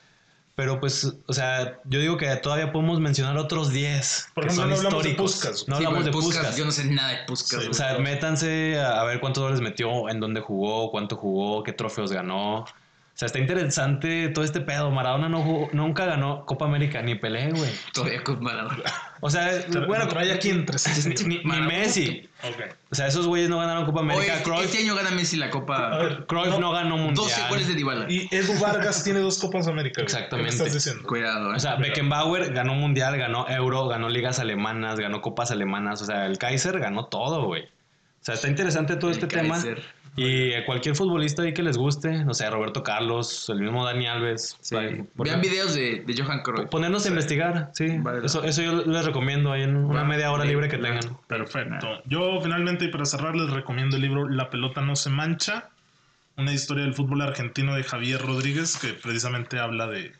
Pero pues, o sea, yo digo que todavía podemos mencionar otros 10 Por ejemplo, que son no hablamos de históricos. Puskás, güey. Sí, no hablamos güey, de Puskás, Puskas. Yo no sé nada de Puskas. Sí, O sea, métanse a a ver cuántos dólares metió, en dónde jugó, cuánto jugó, qué trofeos ganó. O sea, está interesante todo este pedo. Maradona no jugó- nunca ganó Copa América ni Pelé, güey. Todavía con Maradona. O sea, Tra- bueno, lo trae aquí entre sí. ni- ni, ni Maradona. Messi. Ok. O sea, esos güeyes no ganaron Copa Oye, América. este- Cruyff, este año gana Messi la A Copa. ver, Cruyff no, ganó mundial. 12 goles de Dybala. Y Edu Vargas tiene dos Copas América. güey. Exactamente. ¿Qué me estás diciendo? Cuidado, eh. O sea, Beckenbauer ganó mundial, ganó euro, ganó ligas alemanas, ganó copas alemanas. O sea, el Kaiser ganó todo, güey. O sea, está interesante todo El este Kaiser. tema. Y eh, cualquier futbolista ahí que les guste, no sé, Roberto Carlos, el mismo Dani Alves. Sí. vale, por- Vean videos de, de Johan Cruyff. Ponernos a investigar, sí. Vale. Eso, eso yo les recomiendo ahí en una Va, media hora sí, libre que claro. tengan. Perfecto. Yo finalmente y para cerrar les recomiendo el libro La pelota no se mancha, una historia del fútbol argentino de Javier Rodríguez que precisamente habla de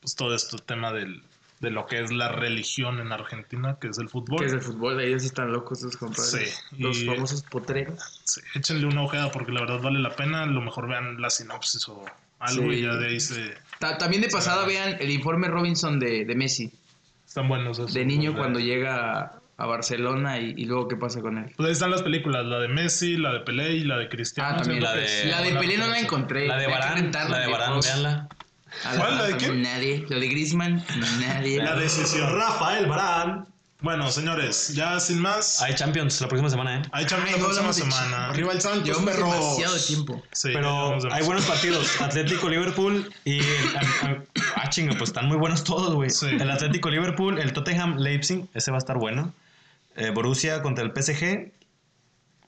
pues, todo este tema del- de lo que es la religión en Argentina, que es el fútbol. Que es el fútbol, de ellos están locos sus compadres. Sí, Los y- famosos potreros. Sí, échenle una ojeada porque la verdad vale la pena. A lo mejor vean la sinopsis o algo Sí. y ya de ahí se... Ta- también de pasada vean el informe Robinson de, de Messi. Están buenos esos. De niño cuando llega a- a Barcelona y, y luego qué pasa con él. Pues ahí están las películas, la de Messi, la de Pelé y la de Cristiano. Ah, también. Siento la que de- es La de buena Pelé no la referencia. encontré. La de Hay que Barán, rentarla, la de Barán, viejos. véanla. A ¿Cuál? ¿La de quién? Nadie. La de Griezmann, nadie. La decisión. Rafael Barán. Bueno, señores, ya sin más. Hay Champions la próxima semana, ¿eh? Hay Champions la Ay, no próxima hablamos de semana. Arriba el Santos, Llevamos perros. demasiado tiempo. Sí, ya Pero hablamos de hay más. buenos partidos. Atlético Liverpool y el- a- a- ah, chinga, pues están muy buenos todos, güey. Sí. El Atlético Liverpool, el Tottenham Leipzig, ese va a estar bueno. Eh, Borussia contra el PSG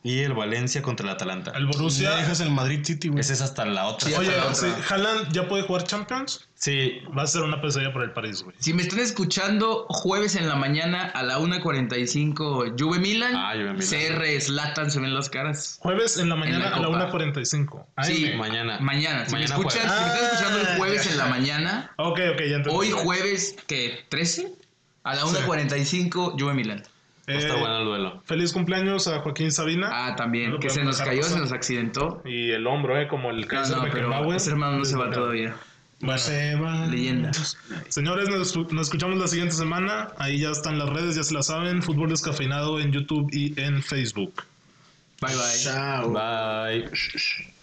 y el Valencia contra el Atalanta. El Ya Borussia. dejas el Madrid City, güey. Esa es hasta la otra. Sí, Oye, hasta la sí, otra. Haaland ya puede jugar Champions. Sí, Va a ser una pesadilla por el París, güey. Si me están escuchando, jueves en la mañana a la 1.45, Juve Milan. Ah, Juve Milan. CR Slatan, se ven las caras. Jueves en la mañana la a la Copa. 1.45. AM. Sí. mañana. Mañana. Si, Ah, Mañana me, escuchas, jueves. si me están Ah, escuchando el jueves ya. en la mañana, Ok, ok, ya entendí. hoy jueves, que 13, a la 1.45, Juve Milan. Va a estar Eh, bueno el duelo. Feliz cumpleaños a Joaquín Sabina. Ah, No también, lo que se podemos nos dejar cayó, pasar. se nos accidentó. Y el hombro, ¿eh? Como el No, Kaiser no, pero Beckenbauer. ese hermano no se va todavía. Bueno, Se va. Leyenda. señores, nos, nos escuchamos la siguiente semana. Ahí ya están las redes, ya se la saben. Fútbol descafeinado en YouTube y en Facebook. Bye bye. Chao. Bye.